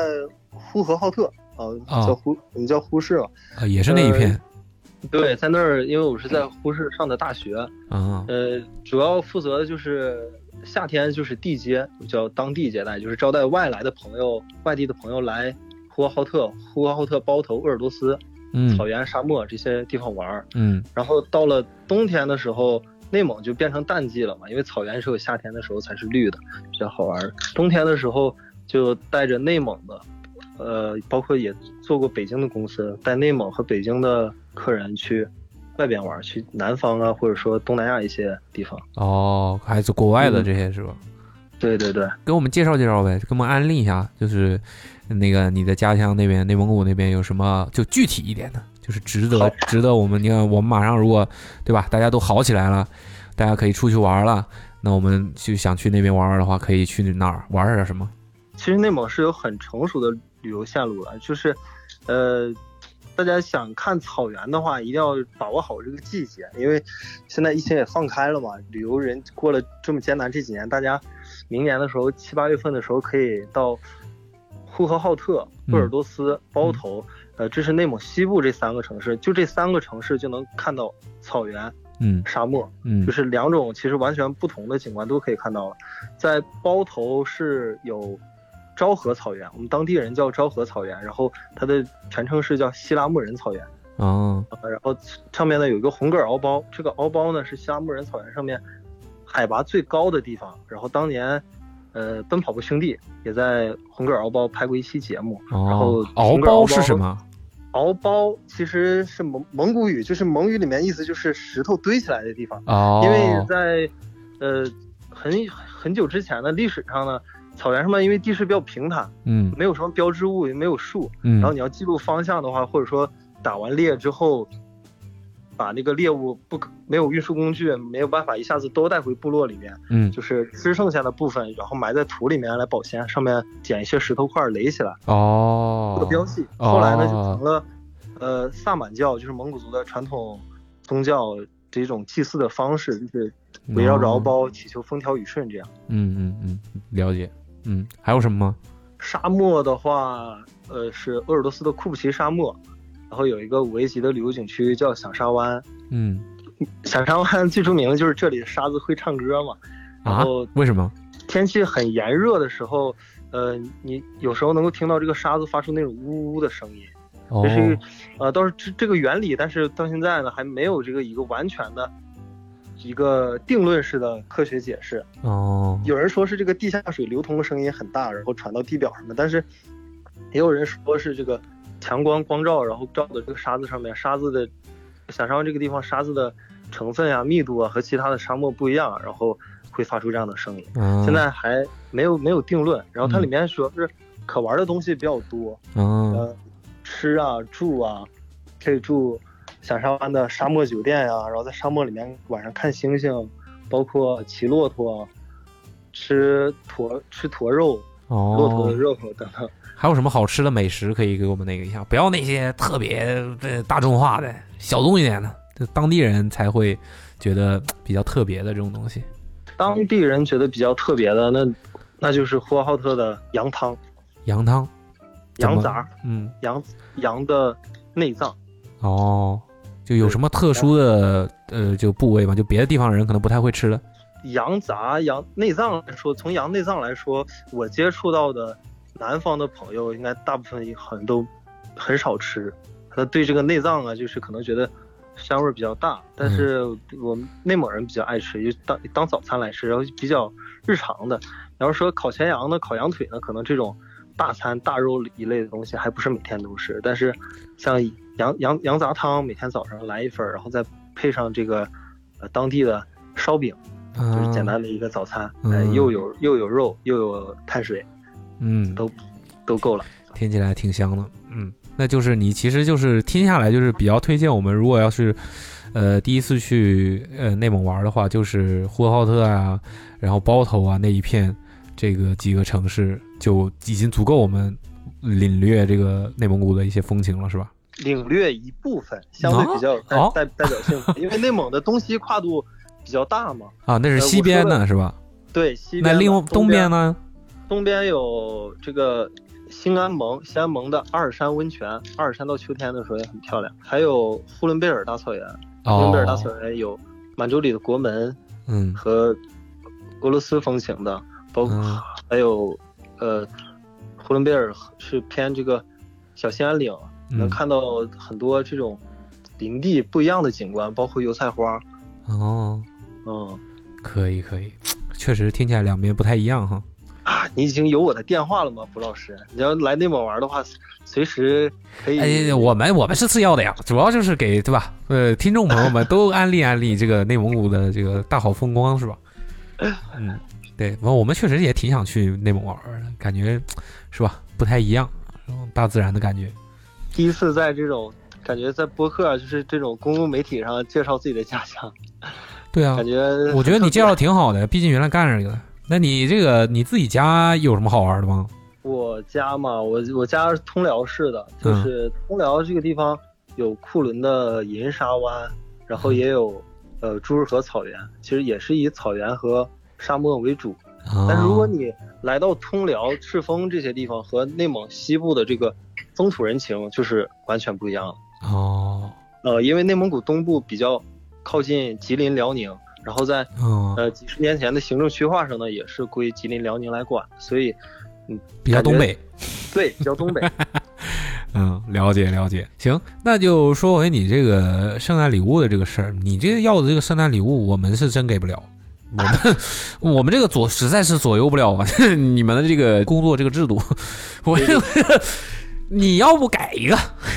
Speaker 2: 呼和浩特啊，
Speaker 3: 啊
Speaker 2: 叫呼，我们叫呼市嘛。
Speaker 3: 啊，也是那一片
Speaker 2: 对，在那儿，因为我是在呼市上的大学，
Speaker 3: 啊，
Speaker 2: 呃，主要负责的就是夏天就是地接，叫当地接待，就是招待外来的朋友、外地的朋友来呼和浩特、呼和浩特、包头、鄂尔多斯、
Speaker 3: 嗯
Speaker 2: 草原、沙漠这些地方玩儿。
Speaker 3: 嗯
Speaker 2: 然后到了冬天的时候，内蒙就变成淡季了嘛，因为草原只有夏天的时候才是绿的，比较好玩儿。冬天的时候就带着内蒙的，呃，包括也做过北京的公司，带内蒙和北京的客人去外边玩儿，去南方啊，或者说东南亚一些地方。
Speaker 3: 哦，还是国
Speaker 2: 嗯
Speaker 3: 外的这些是吧？
Speaker 2: 对对对，
Speaker 3: 给我们介绍介绍呗，给我们安利一下，就是那个你的家乡那边内蒙古那边有什么就具体一点的，就是值得
Speaker 2: 好
Speaker 3: 值得我们你看我们马上如果对吧，大家都好起来了，大家可以出去玩了，那我们就想去那边玩玩的话，可以去哪儿玩点什么？
Speaker 2: 其实内蒙是有很成熟的旅游线路了，就是，呃，大家想看草原的话，一定要把握好这个季节，因为现在疫情也放开了嘛，旅游人过了这么艰难这几年，大家明年的时候七八月份的时候可以到呼和浩特、鄂尔多斯、包头，呃，这是内蒙西部这三个城市，就这三个城市就能看到草原、
Speaker 3: 嗯
Speaker 2: 沙漠，
Speaker 3: 嗯
Speaker 2: 就是两种其实完全不同的景观都可以看到了。在包头是有昭和草原，我们当地人叫昭和草原，然后它的全称是叫希拉木人草原。
Speaker 3: 哦
Speaker 2: 呃然后上面呢有一个红格尔敖包，这个敖包呢是希拉木人草原上面海拔最高的地方。然后当年，呃，奔跑吧兄弟也在红格尔敖包拍过一期节目。然后
Speaker 3: 哦，敖
Speaker 2: 红格尔敖
Speaker 3: 包
Speaker 2: 包
Speaker 3: 是什么？
Speaker 2: 敖包其实是蒙蒙古语，就是蒙语里面意思就是石头堆起来的地方。
Speaker 3: 哦，
Speaker 2: 因为在呃很很久之前的历史上呢，草原上面因为地势比较平坦，
Speaker 3: 嗯
Speaker 2: 没有什么标志物，也没有树，
Speaker 3: 嗯，
Speaker 2: 然后你要记录方向的话，或者说打完猎之后，把那个猎物不可没有运输工具，没有办法一下子都带回部落里面，
Speaker 3: 嗯
Speaker 2: 就是吃剩下的部分，然后埋在土里面来保鲜，上面捡一些石头块儿垒起来
Speaker 3: 哦
Speaker 2: 做标记。
Speaker 3: 哦
Speaker 2: 后来呢，就成了呃萨满教，就是蒙古族的传统宗教这种祭祀的方式，就是围绕着敖
Speaker 3: 哦，
Speaker 2: 包祈求风调雨顺这样。
Speaker 3: 嗯嗯嗯，了解，嗯，还有什么吗？
Speaker 2: 沙漠的话，呃，是鄂尔多斯的库布齐沙漠，然后有一个五 A 级的旅游景区叫响沙湾。
Speaker 3: 嗯
Speaker 2: 响沙湾最著名的就是这里的沙子会唱歌嘛，然
Speaker 3: 啊
Speaker 2: 后，
Speaker 3: 为什么？
Speaker 2: 天气很炎热的时候，呃，你有时候能够听到这个沙子发出那种呜呜的声音，
Speaker 3: 哦
Speaker 2: 这，是呃，倒是这这个原理，但是到现在呢还没有这个一个完全的。一个定论式的科学解释，
Speaker 3: 哦，
Speaker 2: 有人说是这个地下水流通的声音很大，然后传到地表上面，但是也有人说是这个强光光照，然后照到这个沙子上面，沙子的想象这个地方沙子的成分啊、密度啊和其他的沙漠不一样，然后会发出这样的声音。
Speaker 3: 嗯
Speaker 2: 现在还没有没有定论，然后它里面主要是可玩的东西比较多，
Speaker 3: 嗯
Speaker 2: 呃，吃啊、住啊，可以住响沙湾的沙漠酒店呀、然后在沙漠里面晚上看星星，包括骑骆驼，吃驼吃驼肉，骆驼的
Speaker 3: 哦，
Speaker 2: 肉等等。
Speaker 3: 还有什么好吃的美食可以给我们那个一下？不要那些特别呃大众化的小众一点的，就当地人才会觉得比较特别的这种东西。
Speaker 2: 当地人觉得比较特别的，那那就是呼和浩特的羊汤、
Speaker 3: 羊汤，怎么
Speaker 2: 羊杂、
Speaker 3: 嗯，
Speaker 2: 羊羊的内脏。
Speaker 3: 哦，就有什么特殊的呃就部位吗？就别的地方人可能不太会吃的。
Speaker 2: 羊杂、羊内脏来说，从羊内脏来说，我接触到的南方的朋友，应该大部分好像都很少吃。他对这个内脏啊，就是可能觉得膻味儿比较大，但是我们内蒙人比较爱吃，就当当早餐来吃，然后比较嗯日常的。你要说烤全羊呢，烤羊腿呢，可能这种大餐大肉一类的东西还不是每天都吃，但是像羊羊羊杂汤，每天早上来一份儿，然后再配上这个呃当地的烧饼。就
Speaker 3: 嗯，
Speaker 2: 是简单的一个早餐，
Speaker 3: 嗯
Speaker 2: 哎，又有又有肉，又有碳水，
Speaker 3: 嗯，
Speaker 2: 都都够了。
Speaker 3: 听起来挺香的。嗯，那就是你其实就是听下来就是比较推荐我们，如果要是呃第一次去呃内蒙玩的话，就是呼和浩特啊，然后包头啊那一片这个几个城市就已经足够我们领略这个内蒙古的一些风情了，是吧？
Speaker 2: 领略一部分，相对比较有代、
Speaker 3: 哦
Speaker 2: 代代表性，因为内蒙的东西跨度比较大嘛。
Speaker 3: 啊，那是
Speaker 2: 呃
Speaker 3: 西
Speaker 2: 我说
Speaker 3: 边
Speaker 2: 的
Speaker 3: 呢，是吧？
Speaker 2: 对，西
Speaker 3: 那
Speaker 2: 边
Speaker 3: 另
Speaker 2: 东
Speaker 3: 边？呢？
Speaker 2: 东边有这个兴安盟，兴安盟的阿尔山温泉，阿尔山到秋天的时候也很漂亮。还有呼伦贝尔大草原，呼伦贝尔大草
Speaker 3: 哦，
Speaker 2: 原有满洲里的国门
Speaker 3: 嗯
Speaker 2: 和俄罗斯风情的，包括
Speaker 3: 嗯
Speaker 2: 还有呃，呼伦贝尔是偏这个小兴安岭，能
Speaker 3: 嗯
Speaker 2: 看到很多这种林地不一样的景观，包括油菜花。
Speaker 3: 哦，
Speaker 2: 嗯
Speaker 3: 可以可以，确实听起来两边不太一样哈。
Speaker 2: 啊，你已经有我的电话了吗，卜老师？你要来内蒙玩的话，随时可以。
Speaker 3: 哎，我们我们是次要的呀，主要就是给对吧？呃，听众朋友们都安利安利这个内蒙古的这个大好风光是吧？嗯，对，完我们确实也挺想去内蒙玩儿的，感觉是吧？不太一样，然后大自然的感觉。
Speaker 2: 第一次在这种感觉在播客，啊就是这种公共媒体上介绍自己的家乡，
Speaker 3: 对啊
Speaker 2: 感，觉
Speaker 3: 我觉得你
Speaker 2: 介
Speaker 3: 介
Speaker 2: 绍
Speaker 3: 绍挺好的，毕竟原来干这个的。那你这个你自己家有什么好玩的吗？
Speaker 2: 我家嘛，我我家是通辽市的，就
Speaker 3: 嗯
Speaker 2: 是通辽这个地方有库伦的银沙湾，然后也有呃朱日河草原，其实也是以草原和沙漠为主。
Speaker 3: 但
Speaker 2: 但是如果你来到通辽、赤峰这些地方，和内蒙西部的这个风土人情就是完全不一样的。
Speaker 3: 哦
Speaker 2: 呃，因为内蒙古东部比较靠近吉林、辽宁，然后在
Speaker 3: 哦
Speaker 2: 呃几十年前的行政区划上呢，也是归吉林、辽宁来管，所以嗯，
Speaker 3: 比较
Speaker 2: 感觉
Speaker 3: 东北，
Speaker 2: 对，比较东北。
Speaker 3: 嗯，了解了解。行，那就说回你这个圣诞礼物的这个事儿，你这个要的这个圣诞礼物，我们是真给不了。我们我们这个左实在是左右不了啊， 你们的这个工作这个制度，我这个你要不改一个，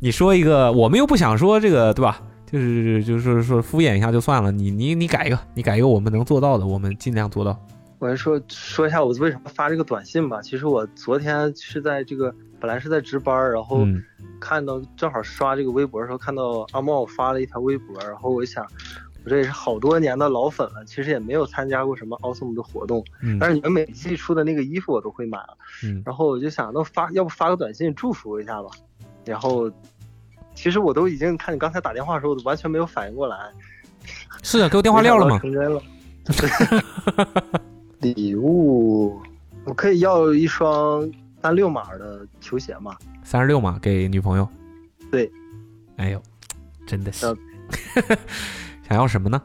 Speaker 3: 你说一个，我们又不想说这个对吧？就是就是说敷衍一下就算了，你你你改一个，你改一个我们能做到的，我们尽量做到。
Speaker 2: 我说说一下我为什么发这个短信吧。其实我昨天是在这个本来是在值班儿，然后
Speaker 3: 嗯
Speaker 2: 看到正好刷这个微博的时候，看到阿茂发了一条微博，然后我想，我这也是好多年的老粉了，其实也没有参加过什么 awesome 的活动，
Speaker 3: 嗯
Speaker 2: 但是你们每季出的那个衣服我都会买，啊
Speaker 3: 嗯
Speaker 2: 然后我就想，那发要不发个短信祝福一下吧，然后。其实我都已经看你刚才打电话的时候，我都完全没有反应过来。
Speaker 3: 是啊，给我电话撂了
Speaker 2: 没
Speaker 3: 吗
Speaker 2: 想到？成真 了。礼物，我可以要一双三六码的球鞋嘛？
Speaker 3: 三十六嘛，给女朋友。
Speaker 2: 对，嗯
Speaker 3: 哎呦，真的是
Speaker 2: 要，
Speaker 3: 想要什么呢？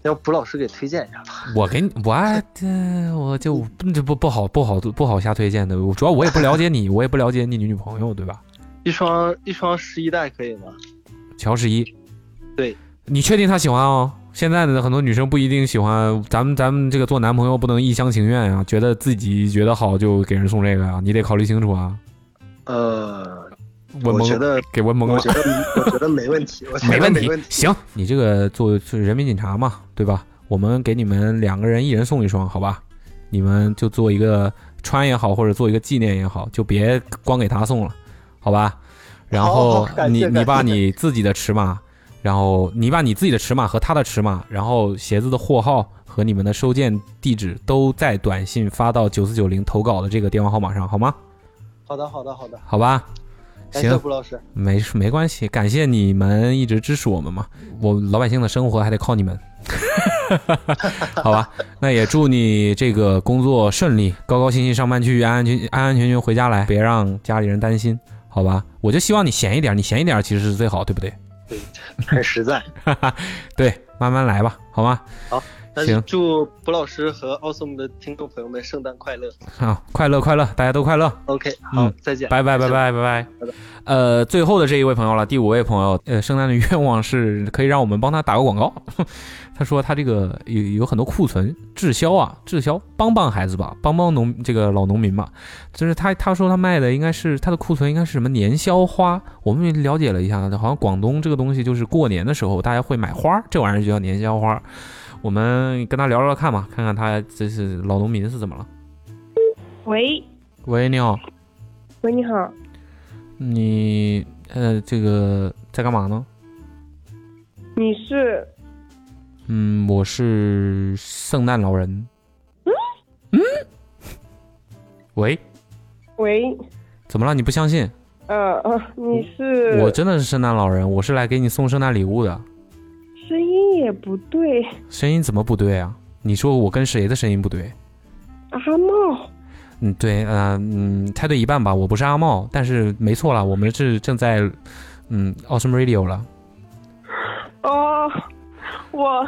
Speaker 2: 要不老师给推荐一下吧？
Speaker 3: 我给你，我啊这我就不这不不好不好不好瞎推荐的，主要我也不了解你，我也不了解你女朋友，对吧？
Speaker 2: 一双一双十一代可以吗？
Speaker 3: 乔十一，
Speaker 2: 对，
Speaker 3: 你确定她喜欢哦？现在的很多女生不一定喜欢，咱们咱们这个做男朋友不能一厢情愿啊，觉得自己觉得好就给人送这个啊，你得考虑清楚啊。
Speaker 2: 呃，
Speaker 3: 文
Speaker 2: 我
Speaker 3: 萌
Speaker 2: 觉得，
Speaker 3: 给文萌
Speaker 2: 我
Speaker 3: 了，
Speaker 2: 觉得，我觉得没问 题，我觉
Speaker 3: 没
Speaker 2: 得
Speaker 3: 问
Speaker 2: 没
Speaker 3: 题
Speaker 2: 问，题。
Speaker 3: 行，你这个做做人民警察嘛，对吧？我们给你们两个人一人送一双，好吧？你们就做一个穿也好，或者做一个纪念也好，就别光给他送了，好吧？然后
Speaker 2: 好好感谢
Speaker 3: 你
Speaker 2: 感
Speaker 3: 你
Speaker 2: 谢
Speaker 3: 把你自己的尺码，然后你把你自己的尺码和他的尺码，然后鞋子的货号和你们的收件地址都在短信发到九四九零投稿的这个电话号码上，好吗？
Speaker 2: 好的，好的，好的，
Speaker 3: 好吧？
Speaker 2: 感
Speaker 3: 行
Speaker 2: 谢，胡老师。
Speaker 3: 没事，没关系，感谢你们一直支持我们嘛，我老百姓的生活还得靠你们， 好吧？那也祝你这个工作顺利，高高兴兴上班去，安安全安安全全回家来，别让家里人担心，好吧？我就希望你闲一点，你闲一点其实是最好，对不对？
Speaker 2: 很实在。
Speaker 3: 对，慢慢来吧，好吗？
Speaker 2: 但是
Speaker 3: 行
Speaker 2: 祝卜老师和奥 e 的听众朋友们圣诞快乐。
Speaker 3: 啊，快乐快乐，大家都快乐。
Speaker 2: OK，好，
Speaker 3: 嗯
Speaker 2: 再见，
Speaker 3: 拜拜拜
Speaker 2: 拜
Speaker 3: 拜拜拜
Speaker 2: 拜拜。
Speaker 3: 呃，最后的这一位朋友了，第五位朋友，呃，圣诞的愿望是可以让我们帮他打个广告。 他说他这个有有很多库存滞销啊，滞销，帮帮孩子吧，帮帮农这个老农民吧。就是他他说他卖的应该是他的库存应该是什么年宵花，我们也了解了一下，好像广东这个东西就是过年的时候大家会买花，这玩意儿就叫年宵花。我们跟他聊聊看吧，看看他这是老农民是怎么了。
Speaker 6: 喂，
Speaker 3: 喂，你好，
Speaker 6: 喂，你好，
Speaker 3: 你呃这个在干嘛呢？
Speaker 6: 你是
Speaker 3: 嗯，我是圣诞老人。嗯喂，
Speaker 6: 喂，
Speaker 3: 怎么了？你不相信？
Speaker 6: 呃，呃你是
Speaker 3: 我真的是圣诞老人，我是来给你送圣诞礼物的。
Speaker 6: 声音也不对，
Speaker 3: 声音怎么不对啊？你说我跟谁的声音不对？
Speaker 6: 阿茂，
Speaker 3: 嗯，对，呃，嗯，猜对一半吧。我不是阿茂，但是没错了，我们是正在嗯 Awesome Radio 了，
Speaker 6: 哦，我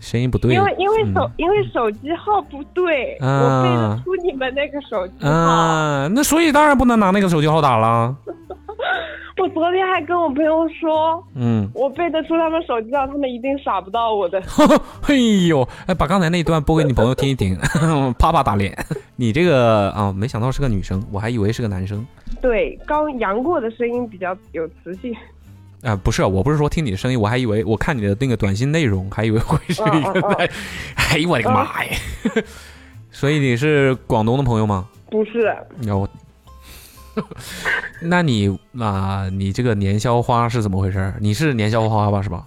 Speaker 3: 声音不对
Speaker 6: 因。为因为手、
Speaker 3: 嗯
Speaker 6: 因为手机号不对，
Speaker 3: 啊
Speaker 6: 我背得出你们那个手机号。
Speaker 3: 啊，那所以当然不能拿那个手机号打了。
Speaker 6: 我昨天还跟我朋友说，
Speaker 3: 嗯，
Speaker 6: 我背得出他们手机号，他们一定傻不到我 的。
Speaker 3: 哎呦，哎，把刚才那一段播给你朋友听一听， 啪啪打脸。 你这个啊，没想到是个女生，我还以为是个男生
Speaker 6: 对，刚杨过的声音比较有磁性。
Speaker 3: 啊、不是，我不是说听你的声音，我还以为我看你的那个短信内容，还以为会是一个
Speaker 6: 嗯嗯嗯
Speaker 3: 男。 哎呦我的个妈 呀！所以你是广东的朋友吗？
Speaker 6: 不是，
Speaker 3: 有。那你啊、你这个年宵花是怎么回事？你是年宵花吧？是吧？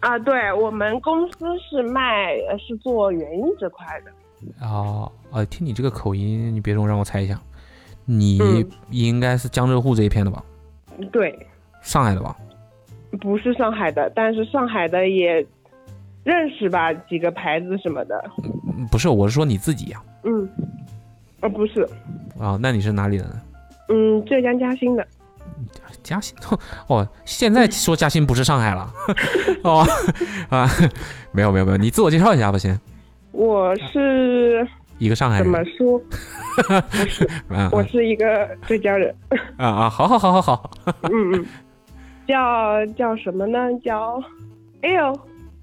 Speaker 6: 啊，对我们公司是卖呃是做园艺这块的，
Speaker 3: 哦，呃，听你这个口音，你别动，让我猜一下，你
Speaker 6: 嗯
Speaker 3: 应该是江浙沪这一片的吧？
Speaker 6: 对，
Speaker 3: 上海的吧？
Speaker 6: 不是上海的，但是上海的也认识吧，几个牌子什么的。
Speaker 3: 嗯不是，我是说你自己呀、
Speaker 6: 嗯，啊不是，
Speaker 3: 啊、那你是哪里人？
Speaker 6: 嗯，浙江嘉兴的，
Speaker 3: 嘉兴 哦，现在说嘉兴不是上海了 哦啊，没有没有没有，你自我介绍一下吧，先
Speaker 6: 我是
Speaker 3: 一个上海
Speaker 6: 怎么
Speaker 3: 人
Speaker 6: 说？不是，
Speaker 3: 啊
Speaker 6: 我是一个浙 江人。
Speaker 3: 啊啊，好好好好好，
Speaker 6: 嗯嗯，叫叫什么呢？叫 L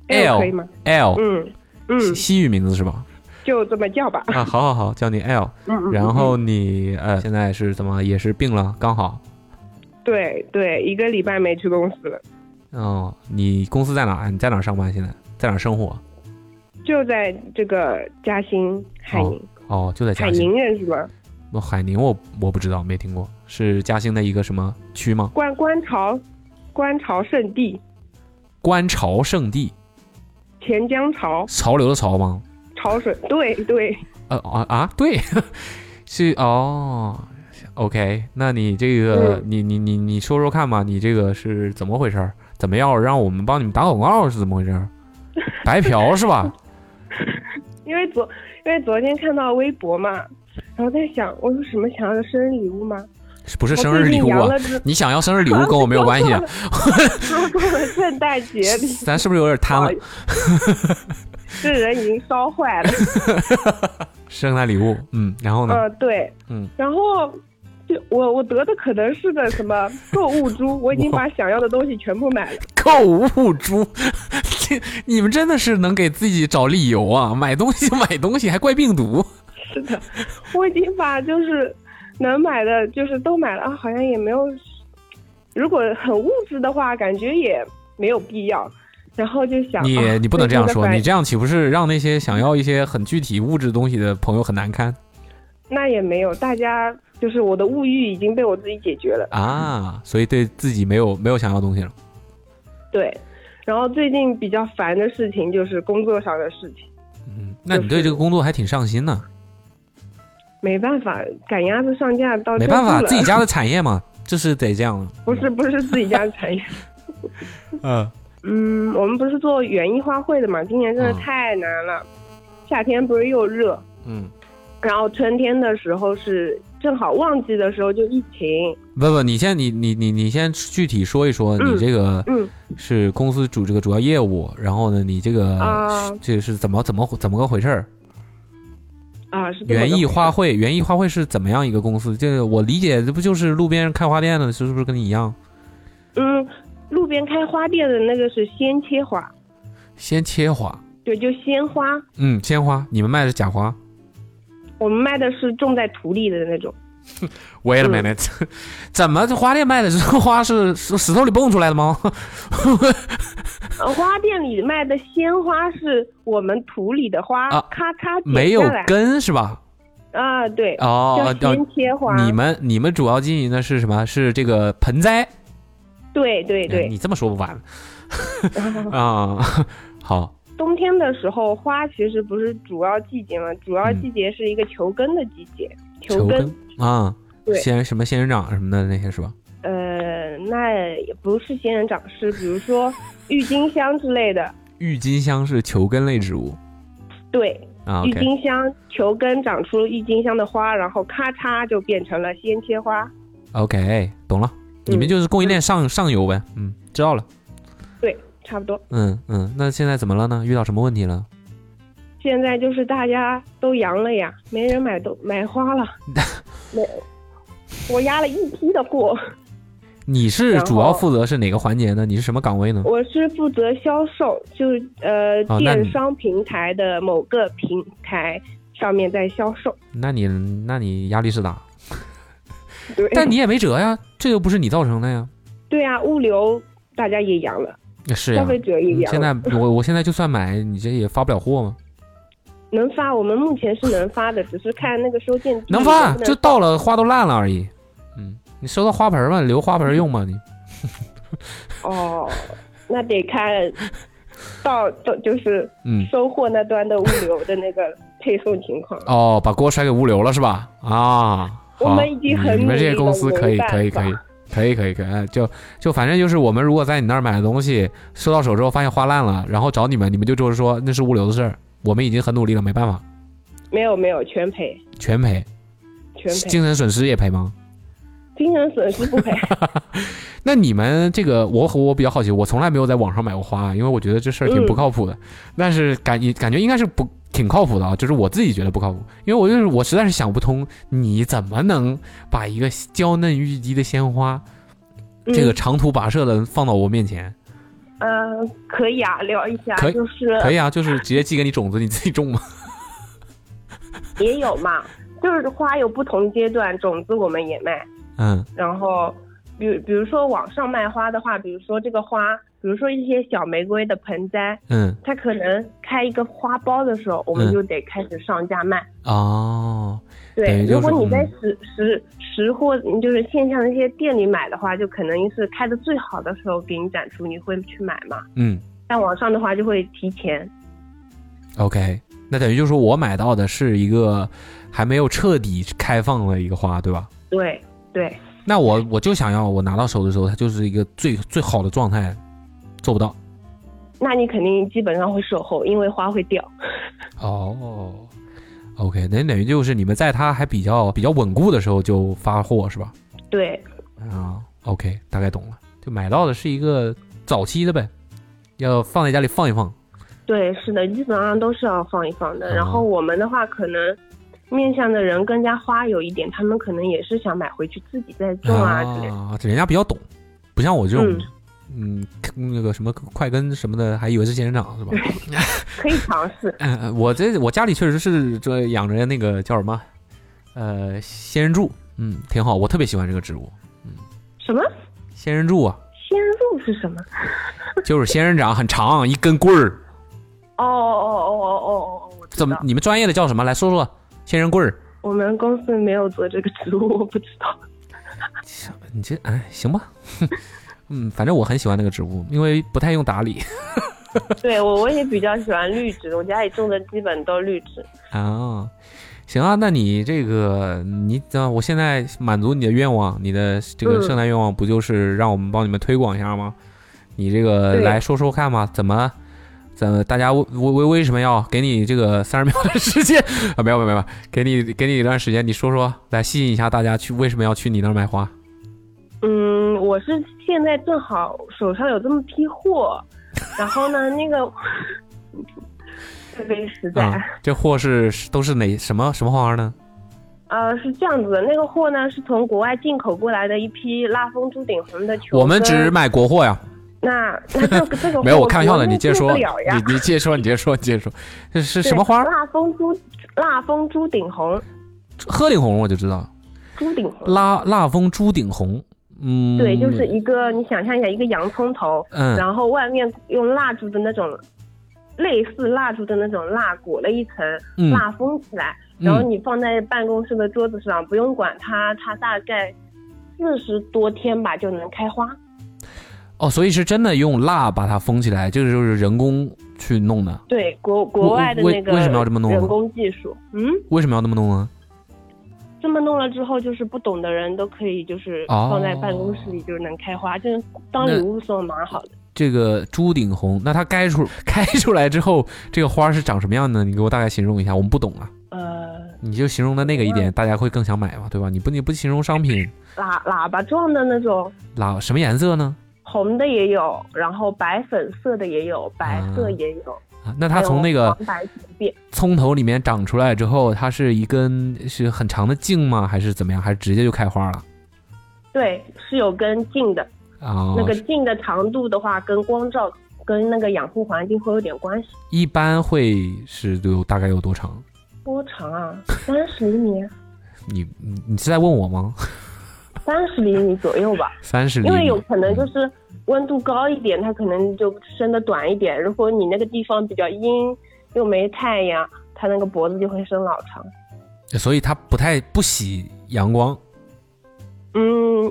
Speaker 3: L 哦
Speaker 6: 可以吗
Speaker 3: L，、
Speaker 6: 嗯嗯，
Speaker 3: 西西语名字是吧？
Speaker 6: 就这么叫吧。
Speaker 3: 啊，好好好，叫你 L，
Speaker 6: 嗯嗯。
Speaker 3: 然后你呃现在是怎么也是病了，刚好，
Speaker 6: 对对，一个礼拜没去公司了，
Speaker 3: 哦，你公司在哪儿？你在哪儿上班？现在在哪儿生活？
Speaker 6: 就在这个嘉兴海宁。
Speaker 3: 哦，就在
Speaker 6: 海
Speaker 3: 嘉兴。
Speaker 6: 宁认识吗？
Speaker 3: 哦海宁我我不知道，没听过，是嘉兴的一个什么区吗？
Speaker 6: 观观潮，观潮圣地，
Speaker 3: 观潮圣地，
Speaker 6: 钱江潮，
Speaker 3: 潮流的潮吗？
Speaker 6: 潮水。对对，
Speaker 3: 呃啊啊，对， 是哦。OK，那你这
Speaker 6: 嗯
Speaker 3: 个，你你你你说说看吧，你这个是怎么回事儿？怎么要让我们帮你们打广告是怎么回事儿？白嫖是吧？
Speaker 6: 因为昨因为昨天看到微博嘛，然后在想我有什么想要的生日礼物吗？
Speaker 3: 是不是
Speaker 6: 我
Speaker 3: 生日
Speaker 6: 最近
Speaker 3: 礼物
Speaker 6: 阳
Speaker 3: 啊
Speaker 6: 了之？
Speaker 3: 你想要生日礼物跟我没有关系 啊，
Speaker 6: 说过了圣诞节礼
Speaker 3: 咱是不是有点贪了？
Speaker 6: 这人已经烧坏了。
Speaker 3: 圣诞礼物，嗯，然后呢？
Speaker 6: 嗯，对，
Speaker 3: 嗯，
Speaker 6: 然后就我我得的可能是个什么购物猪，我已经把想要的东西全部买了。
Speaker 3: 购物猪， 这你们真的是能给自己找理由啊！买东西 买东西还怪病毒，
Speaker 6: 是的，我已经把就是能买的就是都买了，啊好像也没有。如果很物质的话，感觉也没有必要。然后就想，
Speaker 3: 你
Speaker 6: 啊
Speaker 3: 你不能这样
Speaker 6: 最近
Speaker 3: 说，
Speaker 6: 的
Speaker 3: 你
Speaker 6: 烦
Speaker 3: 这样岂不是让那些想要
Speaker 6: 嗯
Speaker 3: 一些很具体物质东西的朋友很难堪
Speaker 6: 那也没有，大家就是我的物欲已经被我自己解决了。
Speaker 3: 啊？所以对自己没有没有想要东西了。
Speaker 6: 对，然后最近比较烦的事情就是工作上的事情，
Speaker 3: 嗯，那你对这个工作还挺上心呢，
Speaker 6: 没办法，赶鸭子上架到
Speaker 3: 没
Speaker 6: 这
Speaker 3: 办
Speaker 6: 步
Speaker 3: 法，
Speaker 6: 了
Speaker 3: 自己家的产业嘛，就是得这样了。
Speaker 6: 呃 不是不是自己家的 产业。
Speaker 3: 嗯，
Speaker 6: 嗯，我们不是做园艺花卉的嘛，今年真的
Speaker 3: 嗯
Speaker 6: 太难了。夏天不是又热，
Speaker 3: 嗯，
Speaker 6: 然后春天的时候是正好旺季的时候就疫情。
Speaker 3: 不不，你先你你你你先具体说一说
Speaker 6: 嗯
Speaker 3: 你这个
Speaker 6: 嗯
Speaker 3: 是公司主这个主要业务，然后呢，你这个、
Speaker 6: 啊
Speaker 3: 这是怎么怎么怎么个回事儿？
Speaker 6: 啊，是这么个
Speaker 3: 园艺花
Speaker 6: 回事
Speaker 3: 卉，园艺花卉是怎么样一个公司？这个我理解，这不就是路边开花店的，是不是跟你一样？
Speaker 6: 嗯，路边开花店的那个是鲜切花，
Speaker 3: 先切花，
Speaker 6: 对，就鲜花。
Speaker 3: 嗯，鲜花，你们卖的是假花。
Speaker 6: 我们卖的是种在土里的那种，
Speaker 3: Wait a
Speaker 6: 嗯
Speaker 3: minute，、怎 么这花店卖的这花是是石头里蹦出来的吗？
Speaker 6: 呃，花店里卖的鲜花是我们土里的花，
Speaker 3: 啊
Speaker 6: 咔咔剪
Speaker 3: 没有
Speaker 6: 下来
Speaker 3: 根是吧？
Speaker 6: 啊，对，
Speaker 3: 哦
Speaker 6: 叫鲜切花，
Speaker 3: 你们你们主要经营的是什么？是这个盆栽。
Speaker 6: 对对
Speaker 3: 哎
Speaker 6: 对
Speaker 3: 你，这么说不完 了啊。好，
Speaker 6: 冬天的时候，花其实不是主要季节嘛，主要
Speaker 3: 嗯
Speaker 6: 季节是一个求根的季节。
Speaker 3: 球
Speaker 6: 根，
Speaker 3: 根啊，
Speaker 6: 对
Speaker 3: 仙什么仙人掌什么的那些是吧？
Speaker 6: 呃，那也不是仙人掌，是比如说郁金香之类的。
Speaker 3: 郁金香是球根类植物
Speaker 6: 对
Speaker 3: 啊。
Speaker 6: 郁
Speaker 3: OK。
Speaker 6: 金香球根长出郁金香的花，然后咔嚓就变成了鲜切花。
Speaker 3: OK，懂了，你们
Speaker 6: 嗯
Speaker 3: 就是供应链上、上游呗。嗯，知道了。
Speaker 6: 对，差不多。
Speaker 3: 嗯嗯，那现在怎么了呢？遇到什么问题了？
Speaker 6: 现在就是大家都阳了呀，没人买东买 花了。没，我压了一批的货，
Speaker 3: 你是
Speaker 6: 然后
Speaker 3: 主要负责是哪个环节呢？你是什么岗位呢？
Speaker 6: 我是负责销售，就是呃、
Speaker 3: 嗯哦那你
Speaker 6: 电商平台的某个平台上面在销售。
Speaker 3: 那你那你压力是大，
Speaker 6: 哎对，
Speaker 3: 但你也没辙呀，这又不是你造成的呀。
Speaker 6: 对啊，物流大家也阳了，
Speaker 3: 是呀
Speaker 6: 消，费者也
Speaker 3: 嗯
Speaker 6: 阳
Speaker 3: 现
Speaker 6: 了。
Speaker 3: 在我我现在就算买，你这也发不了货
Speaker 6: 嗯
Speaker 3: 吗？
Speaker 6: 能发，我们目前是能发的，只是看那个收件地
Speaker 3: 能发
Speaker 6: 不
Speaker 3: 就到了，花都烂了而已。嗯，你收到花盆吗？留花盆用吗？你
Speaker 6: 哦，那得 看到到就是
Speaker 3: 嗯
Speaker 6: 收货那端的物流的那个配送情况。
Speaker 3: 哦，把锅甩给物流了是吧？啊，
Speaker 6: 我
Speaker 3: 好
Speaker 6: 们已经很
Speaker 3: 你们这
Speaker 6: 努
Speaker 3: 些
Speaker 6: 力
Speaker 3: 公
Speaker 6: 了
Speaker 3: 司
Speaker 6: 没
Speaker 3: 可以，
Speaker 6: 办
Speaker 3: 可以，
Speaker 6: 法
Speaker 3: 可以，可以，可以，可以，哎就就反正就是我们如果在你那儿买的东西，收到手之后发现花烂了，然后找你们，你们就就是说那是物流的事儿，我们已经很努力了，没办法，
Speaker 6: 没有没有全赔
Speaker 3: 全赔，
Speaker 6: 全赔，
Speaker 3: 精神损失也赔吗？
Speaker 6: 精神损失不赔。
Speaker 3: 那你们这个，我我比较好奇，我从来没有在网上买过花，因为我觉得这事儿挺不靠谱的。但是感感觉应该是不挺靠谱的啊，就是我自己觉得不靠谱，因为我就是我实在是想不通，你怎么能把一个娇嫩欲滴的鲜花，
Speaker 6: 嗯
Speaker 3: 这个长途跋涉的放到我面前？
Speaker 6: 嗯、可以啊，聊一下，
Speaker 3: 可以
Speaker 6: 就是
Speaker 3: 可以啊，就是直接寄给你种子，你自己种嘛。
Speaker 6: 也有嘛，就是花有不同阶段，种子我们也卖。
Speaker 3: 嗯
Speaker 6: 然后，比如比如说网上卖花的话，比如说这个花，比如说一些小玫瑰的盆栽，
Speaker 3: 嗯，
Speaker 6: 它可能开一个花苞的时候，我
Speaker 3: 嗯
Speaker 6: 们就得开始上架卖。
Speaker 3: 哦，等
Speaker 6: 对，
Speaker 3: 于就是
Speaker 6: 如果你在
Speaker 3: 嗯
Speaker 6: 实实实货，就是线下那些店里买的话，就肯定是开的最好的时候给你展出，你会去买嘛。
Speaker 3: 嗯
Speaker 6: 但网上的话就会提前，
Speaker 3: ，OK，那等于就是说我买到的是一个还没有彻底开放的一个花，对吧？
Speaker 6: 对对，
Speaker 3: 那我我就想要，我拿到手的时候，它就是一个最最好的状态，做不到。
Speaker 6: 那你肯定基本上会售后，因为花会掉。
Speaker 3: 哦，OK，那等于就是你们在它还比较比较稳固的时候就发货是吧？
Speaker 6: 对，
Speaker 3: 啊，OK，大概懂了，就买到的是一个早期的呗，要放在家里放一放。
Speaker 6: 对，是的，基本上都是要放一放的。
Speaker 3: 嗯
Speaker 6: 然后我们的话，可能面向的人更加花有一点，他们可能也是想买回去自己再种啊之类的。
Speaker 3: 啊，人家比较懂，不像我这种
Speaker 6: 嗯，
Speaker 3: 嗯那个什么快跟什么的，还以为是仙人掌是吧？
Speaker 6: 可以尝试。
Speaker 3: 呃我这我家里确实是这养着那个叫什么，呃，仙人柱，嗯，挺好，我特别喜欢这个植物。
Speaker 6: 什么
Speaker 3: 仙人柱啊，
Speaker 6: 仙入是什么？
Speaker 3: 就是仙人掌，很长，一根棍儿。
Speaker 6: 哦哦哦哦哦哦哦，我知
Speaker 3: 怎么
Speaker 6: 道？
Speaker 3: 你们专业的叫什么？来说说仙人棍儿。
Speaker 6: 我们公司没有做这个植物，我不知道。
Speaker 3: 你这哎，行吧， 嗯，反正我很喜欢那个植物，因为不太用打理
Speaker 6: 对我我也比较喜欢绿植，我家里种的基本都绿植。
Speaker 3: 啊。行啊，那你这个你啊，我现在满足你的愿望，你的这个
Speaker 6: 嗯
Speaker 3: 圣诞愿望不就是让我们帮你们推广一下吗？你这个
Speaker 6: 对
Speaker 3: 来说说看吧，怎么？怎么？大家为为为为什么要给你这个三十秒的时间 啊？没有没有没有，给你给你一段时间，你说说来吸引一下大家去为什么要去你那儿买花？
Speaker 6: 嗯，我是现在正好手上有这么批货，然后呢，那个 特别实在。
Speaker 3: 啊，这货是是都是哪什么什么花呢？
Speaker 6: 呃，是这样子的，那个货呢是从国外进口过来的一批拉风珠顶红的球。
Speaker 3: 我们只 买国货呀，
Speaker 6: 那那这个这个
Speaker 3: 没有
Speaker 6: 货
Speaker 3: 我开玩笑的，
Speaker 6: 国内
Speaker 3: 你接着说，
Speaker 6: 进不了呀
Speaker 3: 你你接着说，你接着说，你接着说，这是
Speaker 6: 对
Speaker 3: 什么花？
Speaker 6: 蜡风珠，蜡风珠顶红，
Speaker 3: 鹤顶红我就知道，
Speaker 6: 珠顶红。
Speaker 3: 拉蜡风朱顶红，嗯，
Speaker 6: 对，就是一个你想象一下，一个洋葱头，
Speaker 3: 嗯
Speaker 6: 然后外面用蜡烛的那种，类似蜡烛的那种蜡裹了一层，
Speaker 3: 嗯
Speaker 6: 蜡封起来，然后你放在办公室的桌子上，不用管它，它大概四十多天吧就能开花。
Speaker 3: 哦，所以是真的用蜡把它封起来，这个就是人工去弄的，
Speaker 6: 对，国国外的
Speaker 3: 为
Speaker 6: 那个
Speaker 3: 为什么要这么弄啊
Speaker 6: 人工技术，嗯，
Speaker 3: 为什么要那么弄啊？
Speaker 6: 这么弄了之后，就是不懂的人都可以，就是
Speaker 3: 哦
Speaker 6: 放在办公室里，就是能开花，就是当
Speaker 3: 那
Speaker 6: 礼物送蛮好的。
Speaker 3: 这个朱顶红，那它开出 开出来之后，这个花是长什么样的？你给我大概形容一下，我们不懂啊，
Speaker 6: 呃，
Speaker 3: 你就形容的那个一
Speaker 6: 嗯
Speaker 3: 点，大家会更想买嘛，对吧？你不你不形容商品，
Speaker 6: 喇喇叭状的那种，
Speaker 3: 拉什么颜色呢？
Speaker 6: 红的也有，然后白粉色的也有，白色也有。
Speaker 3: 啊，那它从那
Speaker 6: 还有
Speaker 3: 个
Speaker 6: 黄白两变，
Speaker 3: 葱头里面长出来之后，它是一根是很长的茎吗？还是怎么样？还是直接就开花了？
Speaker 6: 对，是有根茎的。
Speaker 3: 啊、
Speaker 6: 那个茎的长度的话，跟光照、跟那个养护环境会有点关系。
Speaker 3: 一般会是有大概有多长？
Speaker 6: 多长啊？三十厘米，
Speaker 3: 你你你是在问我吗？
Speaker 6: 三十厘米左右吧。
Speaker 3: 三十厘米？
Speaker 6: 因为有可能就
Speaker 3: 嗯
Speaker 6: 是温度高一点，它可能就生的短一点。如果你那个地方比较阴，又没太阳，它那个脖子就会生老长。
Speaker 3: 嗯所以它不太不喜阳光。
Speaker 6: 嗯，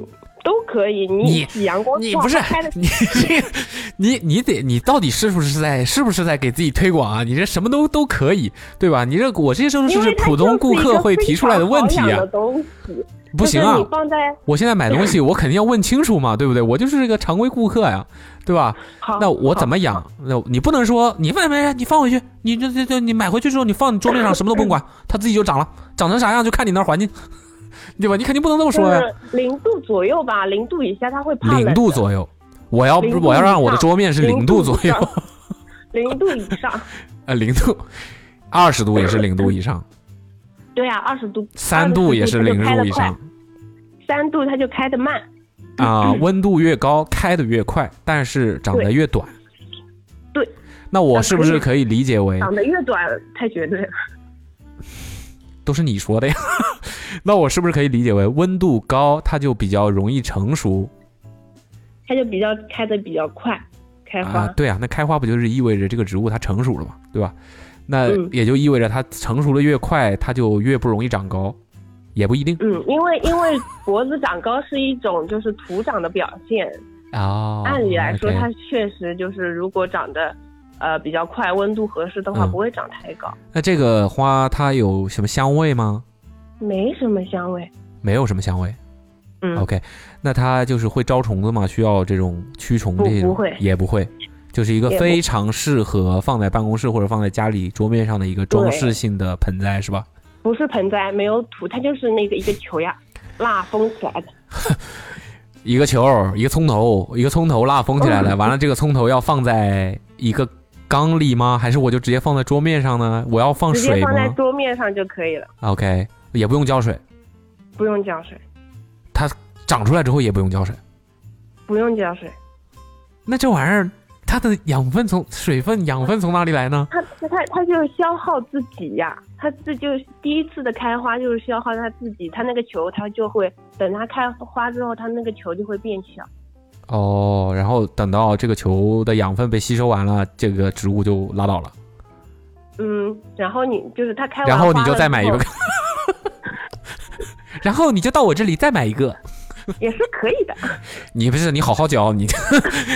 Speaker 6: 都可以。
Speaker 3: 你
Speaker 6: 你阳光
Speaker 3: 你
Speaker 6: 照
Speaker 3: 不是
Speaker 6: 开的
Speaker 3: 你这个，你你得你到底是不是在是不是在给自己推广啊？你这什么都都可以，对吧？你这我这就是
Speaker 6: 因
Speaker 3: 就
Speaker 6: 为
Speaker 3: 是
Speaker 6: 它
Speaker 3: 普
Speaker 6: 就
Speaker 3: 通
Speaker 6: 是
Speaker 3: 顾
Speaker 6: 一
Speaker 3: 客
Speaker 6: 个
Speaker 3: 会
Speaker 6: 非
Speaker 3: 提出来
Speaker 6: 常
Speaker 3: 的问
Speaker 6: 好
Speaker 3: 题
Speaker 6: 养
Speaker 3: 啊
Speaker 6: 的，东西
Speaker 3: 不行
Speaker 6: 就是
Speaker 3: 啊
Speaker 6: 你！放在
Speaker 3: 我现在买东西，我肯定要问清楚嘛，对不对？我就是个常规顾客呀，对吧？
Speaker 6: 好，
Speaker 3: 那我怎么
Speaker 6: 好？
Speaker 3: 养？那你不能说你问没你放回去，你这这这你买回去之后你放你桌面上什么都 不管，它自己就长了，长成啥样就看你那儿环境，对吧？你肯定不能这么
Speaker 6: 就
Speaker 3: 说呀。
Speaker 6: 是零度左右吧，零度以下它会怕冷的。
Speaker 3: 零度左右，我要
Speaker 6: 零
Speaker 3: 不
Speaker 6: 度
Speaker 3: 我要
Speaker 6: 以
Speaker 3: 让我的
Speaker 6: 上
Speaker 3: 桌面是零度左
Speaker 6: 以
Speaker 3: 右，
Speaker 6: 上零度以上，
Speaker 3: 呃，零度，二十度也是零度以 上，
Speaker 6: 对啊，二十度，
Speaker 3: 三度也是零度以上，
Speaker 6: 三度它就开得慢，
Speaker 3: 啊、温度越高开的越快，但是长得
Speaker 6: 对
Speaker 3: 越短。
Speaker 6: 对，
Speaker 3: 那我是不是
Speaker 6: 那
Speaker 3: 可以理解为
Speaker 6: 长得越短太绝 对了。
Speaker 3: 都是你说的呀？ 那我是不是可以理解为温度高它就比较容易成熟
Speaker 6: 它就比较开的比较快，开花。
Speaker 3: 啊、对啊，那开花不就是意味着这个植物它成熟了嘛，对吧？那
Speaker 6: 嗯
Speaker 3: 也就意味着它成熟的越快，它就越不容易长高，也不一定。
Speaker 6: 嗯，因为因为脖子长高是一种就是土长的表现，
Speaker 3: 哦，
Speaker 6: 嗯按理来说
Speaker 3: OK
Speaker 6: 它确实就是如果长得呃比较快，温度合适的话
Speaker 3: 嗯
Speaker 6: 不会长太高，
Speaker 3: 那这个花它有什么香味吗？
Speaker 6: 没什么香味。
Speaker 3: 没有什么香味。
Speaker 6: 嗯
Speaker 3: OK，那它就是会招虫子吗？需要这种驱虫
Speaker 6: 不
Speaker 3: 这种
Speaker 6: 不会
Speaker 3: 也不会，就是一个
Speaker 6: 也不
Speaker 3: 非常适合放在办公室或者放在家里桌面上的一个装饰性的盆栽，是吧？
Speaker 6: 不是盆栽，没有土，它就是那个一个 球呀，蜡封起来的。
Speaker 3: 一个球儿，一个葱头，一个葱头蜡封起来了。 完了，这个葱头要放在一个缸里吗？还是我就直接放在桌面上呢？我要放
Speaker 6: 直接
Speaker 3: 水
Speaker 6: 放在
Speaker 3: 吗
Speaker 6: 桌面上就可以了，
Speaker 3: ？OK，也不用浇水，
Speaker 6: 不用浇水，
Speaker 3: 长出来之后也不用浇水。
Speaker 6: 不用浇水。
Speaker 3: 那这玩意儿，它的养分从水分、养分从哪里来呢？
Speaker 6: 它它它它就是消耗自己呀、它自就是第一次的开花就是消耗它自己，它那个球它就会等它开花之后，它那个球就会变小。
Speaker 3: 哦，然后等到这个球的养分被吸收完了，这个植物就拉倒了，
Speaker 6: 嗯，然后你就是它开完
Speaker 3: 然后你
Speaker 6: 花
Speaker 3: 就
Speaker 6: 了
Speaker 3: 再
Speaker 6: 之
Speaker 3: 买一
Speaker 6: 后
Speaker 3: 个， 然后你就到我这里再买一个。
Speaker 6: 也是可以的，
Speaker 3: 你不是你好好教你，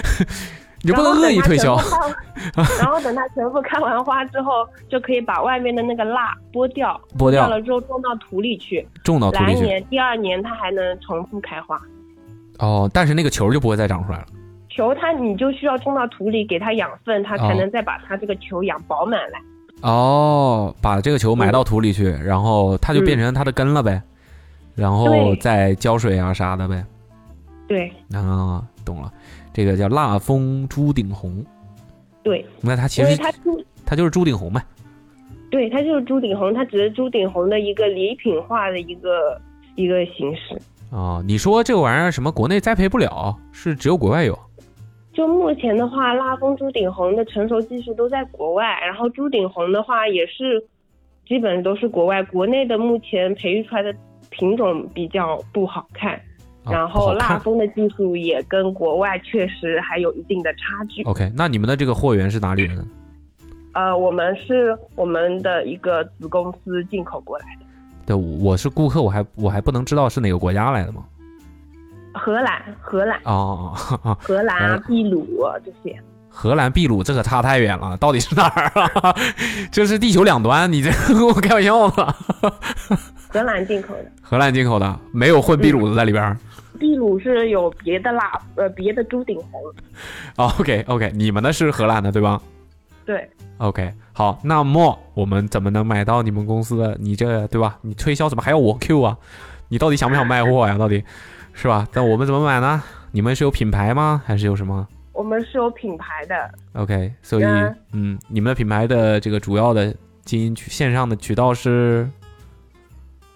Speaker 3: 你
Speaker 6: 然
Speaker 3: 不
Speaker 6: 后
Speaker 3: 能
Speaker 6: 等
Speaker 3: 恶意
Speaker 6: 它
Speaker 3: 推
Speaker 6: 全
Speaker 3: 销
Speaker 6: 部。开完 然后等它全部开完花之后，就可以把外面的那个蜡剥掉，
Speaker 3: 剥掉
Speaker 6: 了之后种到土里去，
Speaker 3: 种到土
Speaker 6: 来
Speaker 3: 里去
Speaker 6: 年第二年它还能重复开花。
Speaker 3: 哦，但是那个球就不会再长出来了。
Speaker 6: 球它你就需要种到土里，给它养分，它才
Speaker 3: 哦
Speaker 6: 能再把它这个球养饱满来。
Speaker 3: 哦，把这个球埋到土里去，嗯然后它就变成它的根了呗，然后
Speaker 6: 对
Speaker 3: 再浇水啊啥的呗。
Speaker 6: 对
Speaker 3: 啊，懂了，这个叫蜡封朱顶红。
Speaker 6: 对，
Speaker 3: 那它其
Speaker 6: 因为
Speaker 3: 实
Speaker 6: 它朱，
Speaker 3: 它就是朱顶红呗。
Speaker 6: 对它就是朱顶红，它只是朱顶红的一个礼品化的一个一个形式。
Speaker 3: 哦，你说这个玩意儿什么国内栽培不了，是只有国外有？
Speaker 6: 就目前的话，拉风朱顶红的成熟技术都在国外，然后朱顶红的话也是基本都是国外，国内的目前培育出来的品种比较不好看，
Speaker 3: 啊
Speaker 6: 然
Speaker 3: 不
Speaker 6: 后
Speaker 3: 好
Speaker 6: 蜡
Speaker 3: 看。
Speaker 6: 封的技术也跟国外确实还有一定的差距。
Speaker 3: OK，那你们的这个货源是哪里人
Speaker 6: 嗯
Speaker 3: 呢？
Speaker 6: 呃，我们是我们的一个子公司进口过来的，
Speaker 3: 对，我哎我是顾客，我还我还不能知道是哪个国家来的吗？
Speaker 6: 荷兰、荷兰、
Speaker 3: 哦哦哦哦，
Speaker 6: 荷兰
Speaker 3: 荷
Speaker 6: 啊
Speaker 3: 兰、
Speaker 6: 秘鲁啊这些。
Speaker 3: 荷兰、秘鲁，这可差太远了，到底是哪儿啊？ 这是地球两端，你这跟我开玩笑呢？
Speaker 6: 荷兰进口的，
Speaker 3: 荷兰进口的，没有混秘鲁的在里边儿。
Speaker 6: 秘鲁是有别的蜡，呃，别的朱顶红。
Speaker 3: 哦 OK OK，你们的是荷兰的对吧
Speaker 6: 对，
Speaker 3: ？OK，好，那么我们怎么能买到你们公司的？你这对吧？你推销怎么还要我 Q 啊？你到底想不想卖货呀？到底是吧？那我们怎么买呢？你们是有品牌吗？还是有什么
Speaker 6: 我们是有品牌的，
Speaker 3: ？OK，所以
Speaker 6: 嗯
Speaker 3: 嗯，你们的品牌的这个主要的经营渠线上的渠道是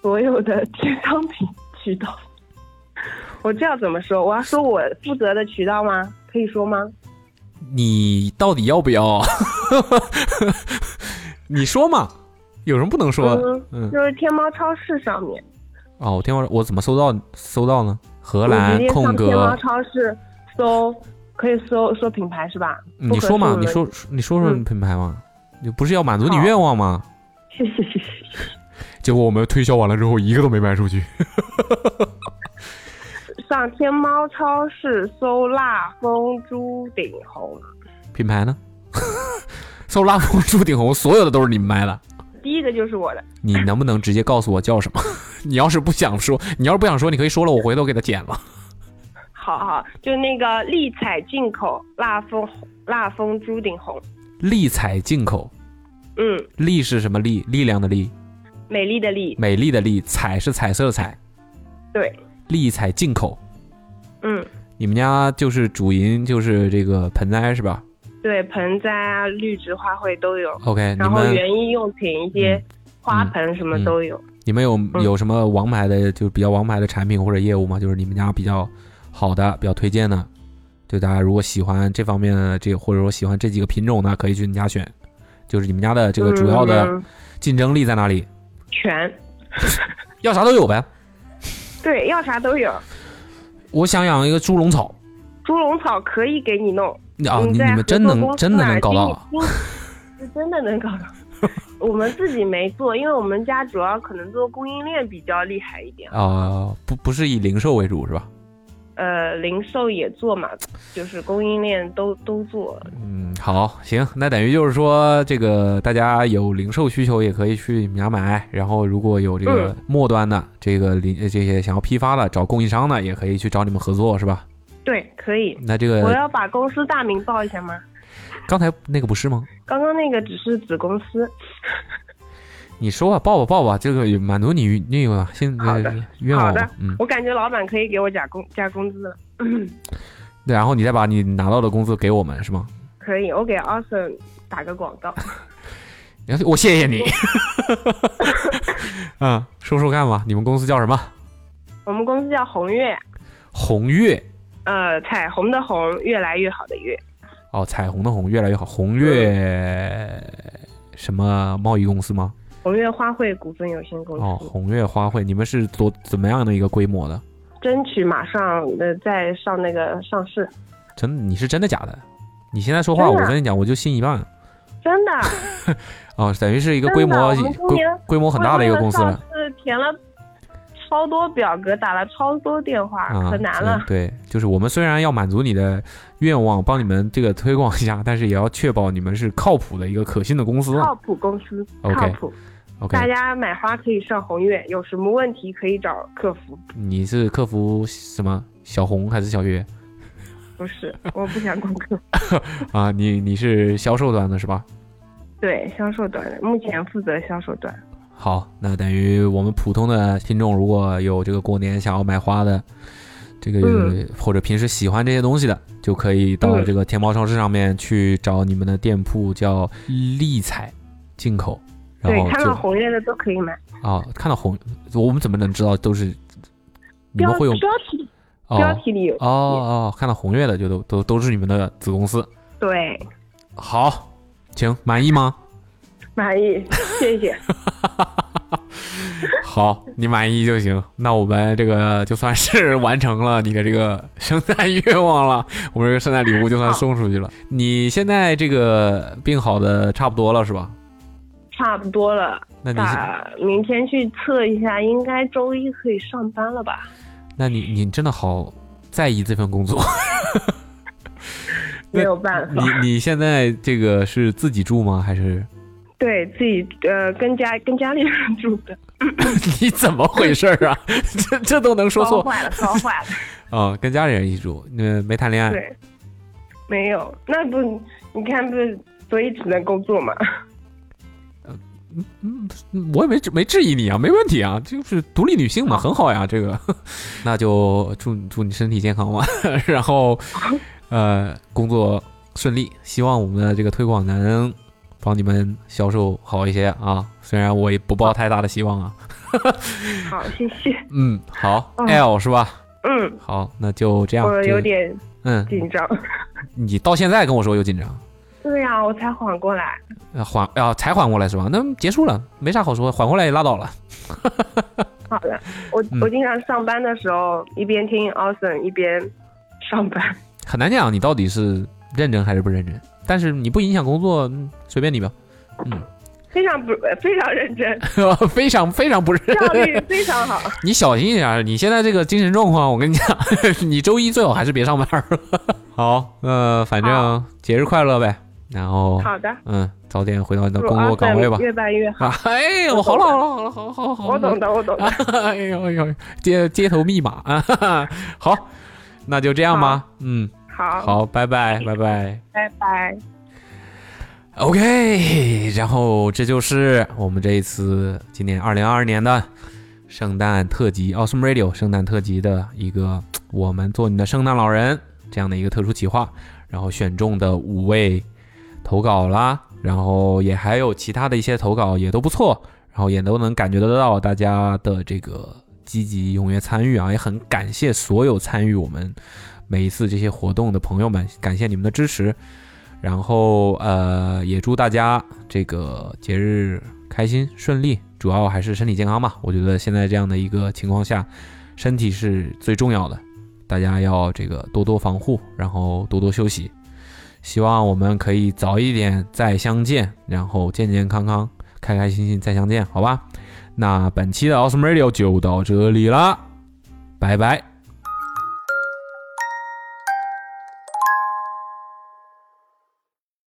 Speaker 6: 所有的电商品渠道。 我这样怎么说？我要说我负责的渠道吗？可以说吗？
Speaker 3: 你到底要不要？ 你说嘛，有什么不能说？
Speaker 6: 嗯
Speaker 3: 嗯，
Speaker 6: 就是天猫超市上面，
Speaker 3: 哦，我听我我怎么搜到搜到呢？荷
Speaker 6: 荷
Speaker 3: 兰
Speaker 6: 直接
Speaker 3: 空
Speaker 6: 上天猫
Speaker 3: 格，
Speaker 6: 超市搜，可以搜说品牌是吧？
Speaker 3: 你说嘛？
Speaker 6: 不可
Speaker 3: 你
Speaker 6: 数
Speaker 3: 说你说说
Speaker 6: 嗯
Speaker 3: 品牌嘛？你不是要满足你
Speaker 6: 好
Speaker 3: 愿望吗？
Speaker 6: 谢谢谢谢。
Speaker 3: 结果我们推销完了之后，一个都没卖出去。
Speaker 6: 上天猫超市搜“蜡峰朱顶红
Speaker 3: 品牌呢？ 搜拉风树顶红，所有的都是你们卖的。”，
Speaker 6: 第一个就是我的。
Speaker 3: 你能不能直接告诉我叫什么？ 你要是不想说，你要是不想说，你可以说了，我回头给它剪了。
Speaker 6: 好好，就那个丽彩进口蜡峰蜡峰朱顶红，
Speaker 3: 丽彩进口，
Speaker 6: 嗯，
Speaker 3: 丽是什么丽？力量的力，
Speaker 6: 美丽的丽，
Speaker 3: 美丽的丽，彩是彩色的彩，
Speaker 6: 对，
Speaker 3: 丽彩进口。
Speaker 6: 嗯，
Speaker 3: 你们家就是主营就是这个盆栽是吧
Speaker 6: 对，盆栽啊、绿植花卉都有，
Speaker 3: ？OK，你哎
Speaker 6: 然后
Speaker 3: 们嗯
Speaker 6: 园艺用品一些花盆什么都有。
Speaker 3: 你们有
Speaker 6: 嗯
Speaker 3: 有什么王牌的，就比较王牌的产品或者业务吗？就是你们家比较好的、比较推荐的，就大家如果喜欢这方面的这个，或者说喜欢这几个品种呢，可以去你们家选。就是你们家的这个主要的
Speaker 6: 嗯
Speaker 3: 竞争力在哪里？
Speaker 6: 全
Speaker 3: 要啥都有呗。
Speaker 6: 对，要啥都有。
Speaker 3: 我想养一个猪笼草
Speaker 6: 猪笼草可以给你弄，
Speaker 3: 啊，你
Speaker 6: 在
Speaker 3: 你们
Speaker 6: 合作
Speaker 3: 真能
Speaker 6: 公司
Speaker 3: 真的
Speaker 6: 那儿
Speaker 3: 能搞
Speaker 6: 给
Speaker 3: 到
Speaker 6: 你
Speaker 3: 啊，
Speaker 6: 听，是真的能搞 到。我们自己没做，因为我们家主要可能做供应链比较厉害一点，
Speaker 3: 啊？不不是以零售为主是吧？
Speaker 6: 呃，零售也做嘛，就是供应链都都做。
Speaker 3: 嗯，好，行，那等于就是说，这个大家有零售需求也可以去你们家买，然后如果有这个
Speaker 6: 嗯
Speaker 3: 末端的、这个零呃这些想要批发的，找供应商的也可以去找你们合作，是吧？
Speaker 6: 对，可以。
Speaker 3: 那这
Speaker 6: 我
Speaker 3: 个
Speaker 6: 要把公司大名报一下吗？
Speaker 3: 刚才那个不是吗？
Speaker 6: 刚刚那个只是子公司。
Speaker 3: 你说吧，报吧报吧，这个也满足你那个现
Speaker 6: 好
Speaker 3: 在
Speaker 6: 的
Speaker 3: 愿
Speaker 6: 好
Speaker 3: 望
Speaker 6: 的
Speaker 3: 吧，嗯，
Speaker 6: 我感觉老板可以给我加工加工资了，
Speaker 3: 对然后你再把你拿到的工资给我们是吗？
Speaker 6: 可以。我给 Awesome 打个广告。
Speaker 3: 然哎后我谢谢你， 嗯，说说看吧，你们公司叫什么？
Speaker 6: 我们公司叫红月，
Speaker 3: 红月
Speaker 6: 呃，彩虹的虹，越来越好的越。
Speaker 3: 哦，彩虹的虹越来越好，红月什么贸易公司吗？
Speaker 6: 红月花卉股份有限公司。
Speaker 3: 哦，红月花卉，你们是多怎么样的一个规模的？
Speaker 6: 争取马上呃再上那个上市，
Speaker 3: 真你是真的假的？你现在说话，
Speaker 6: 真
Speaker 3: 我
Speaker 6: 的
Speaker 3: 跟你讲，我就信一半
Speaker 6: 真的，
Speaker 3: 哦，等于是一个
Speaker 6: 真的
Speaker 3: 规模
Speaker 6: 我们今
Speaker 3: 规
Speaker 6: 年
Speaker 3: 规模 很大的一个公司
Speaker 6: 我为
Speaker 3: 了
Speaker 6: 了上市填了超多表格，打了超多电话，
Speaker 3: 啊，
Speaker 6: 可难
Speaker 3: 嗯
Speaker 6: 了。
Speaker 3: 对，就是我们虽然要满足你的愿望，帮你们这个推广一下，但是也要确保你们是靠谱的一个可信的公司啊。
Speaker 6: 靠谱公司
Speaker 3: OK
Speaker 6: 靠谱。
Speaker 3: OK，
Speaker 6: 大家买花可以上红月，有什么问题可以找客服。
Speaker 3: 你是客服什么小红还是小月
Speaker 6: 不 是，我不想攻克。
Speaker 3: 啊？你你是销售端的是吧？
Speaker 6: 对，销售端的，目前负责销售端。
Speaker 3: 好，那等于我们普通的听众，如果有这个过年想要买花的，这个、
Speaker 6: 嗯
Speaker 3: 或者平时喜欢这些东西的，就可以到
Speaker 6: 嗯
Speaker 3: 这个天猫超市上面去找你们的店铺，叫丽彩进口。然
Speaker 6: 对，
Speaker 3: 后
Speaker 6: 看
Speaker 3: 就
Speaker 6: 到红月的都可以买。
Speaker 3: 啊，看到红，我们怎么能知道都是你们
Speaker 6: 标
Speaker 3: 会有
Speaker 6: 标题
Speaker 3: 哦
Speaker 6: 标题里有。
Speaker 3: 哦哦，看到红月的就都都都是你们的子公司。
Speaker 6: 对，
Speaker 3: 好，行，满意吗？
Speaker 6: 满意，谢谢。
Speaker 3: 好，你满意就行。那我们这个就算是完成了你的这个圣诞愿望了，我们这个圣诞礼物就算送出去了。你现在这个病好的差不多了是吧？
Speaker 6: 差不多了，
Speaker 3: 那你
Speaker 6: 打明天去测一下，应该周一可以上班了吧？
Speaker 3: 那你你真的好在意这份工作？那
Speaker 6: 没有办
Speaker 3: 你
Speaker 6: 法，
Speaker 3: 你现在这个是自己住吗？还是
Speaker 6: 对自己呃跟家跟家里人住的，
Speaker 3: 你怎么回事儿啊？这这都能说
Speaker 6: 烧
Speaker 3: 错
Speaker 6: 坏了，烧坏了，
Speaker 3: 啊、跟家里人一起住，那没谈恋爱。
Speaker 6: 对，没有，那不你看不，所以只能工作 嘛，
Speaker 3: 嗯我也没质没质疑你啊，没问题啊，就是独立女性嘛，很好呀，这个，啊 那就祝祝你身体健康吧， 然后呃工作顺利，希望我们的这个推广能帮你们销售好一些啊，虽然我也不抱太大的希望啊，
Speaker 6: 好，谢谢，
Speaker 3: 嗯，好、
Speaker 6: 嗯
Speaker 3: l 是吧？
Speaker 6: 嗯，
Speaker 3: 好，那就这样，
Speaker 6: 我
Speaker 3: 这
Speaker 6: 有点
Speaker 3: 嗯，
Speaker 6: 紧张，
Speaker 3: 你到现在跟我说有紧张，
Speaker 6: 对呀、我才缓过来，
Speaker 3: 呃缓啊、才缓过来是吧？那结束了，没啥好说，缓过来也拉倒了。
Speaker 6: 好的，我、
Speaker 3: 嗯
Speaker 6: 我经常上班的时候一边听 Awesome 一边上班，
Speaker 3: 很难讲你到底是认真还是不认真，但是你不影响工作，嗯随便你吧。嗯，
Speaker 6: 非常不呃非常认真，
Speaker 3: 非常非常不是。
Speaker 6: 效率非常好。
Speaker 3: 你小心一点儿，你现在这个精神状况，我跟你讲， 你周一最好还是别上班儿了。 好，呃，反正节日快乐呗，然后
Speaker 6: 好的，
Speaker 3: 嗯，早点回到你的
Speaker 6: 祝
Speaker 3: 工作
Speaker 6: Austin
Speaker 3: 岗位吧。
Speaker 6: 越办越好。
Speaker 3: 啊， 哎，我好了好了好了好了好了好了，
Speaker 6: 我懂的，我懂的。
Speaker 3: 哎呦哎呦，街街头密码 啊，哈哈好，那就这样吧，嗯，
Speaker 6: 好，
Speaker 3: 好，拜拜拜拜。
Speaker 6: 拜拜。
Speaker 3: OK，然后这就是我们这一次今年二零二二年的圣诞特辑 Awesome Radio 圣诞特辑的一个我们做你的圣诞老人这样的一个特殊企划，然后选中的五位投稿啦，然后也还有其他的一些投稿也都不错，然后也都能感觉得到大家的这个积极踊跃参与啊，也很感谢所有参与我们每一次这些活动的朋友们，感谢你们的支持。然后呃，也祝大家这个节日开心顺利，主要还是身体健康嘛。我觉得现在这样的一个情况下，身体是最重要的，大家要这个多多防护，然后多多休息。希望我们可以早一点再相见，然后健健康康、开开心心再相见，好吧？那本期的 Awesome Radio 就到这里啦，拜拜。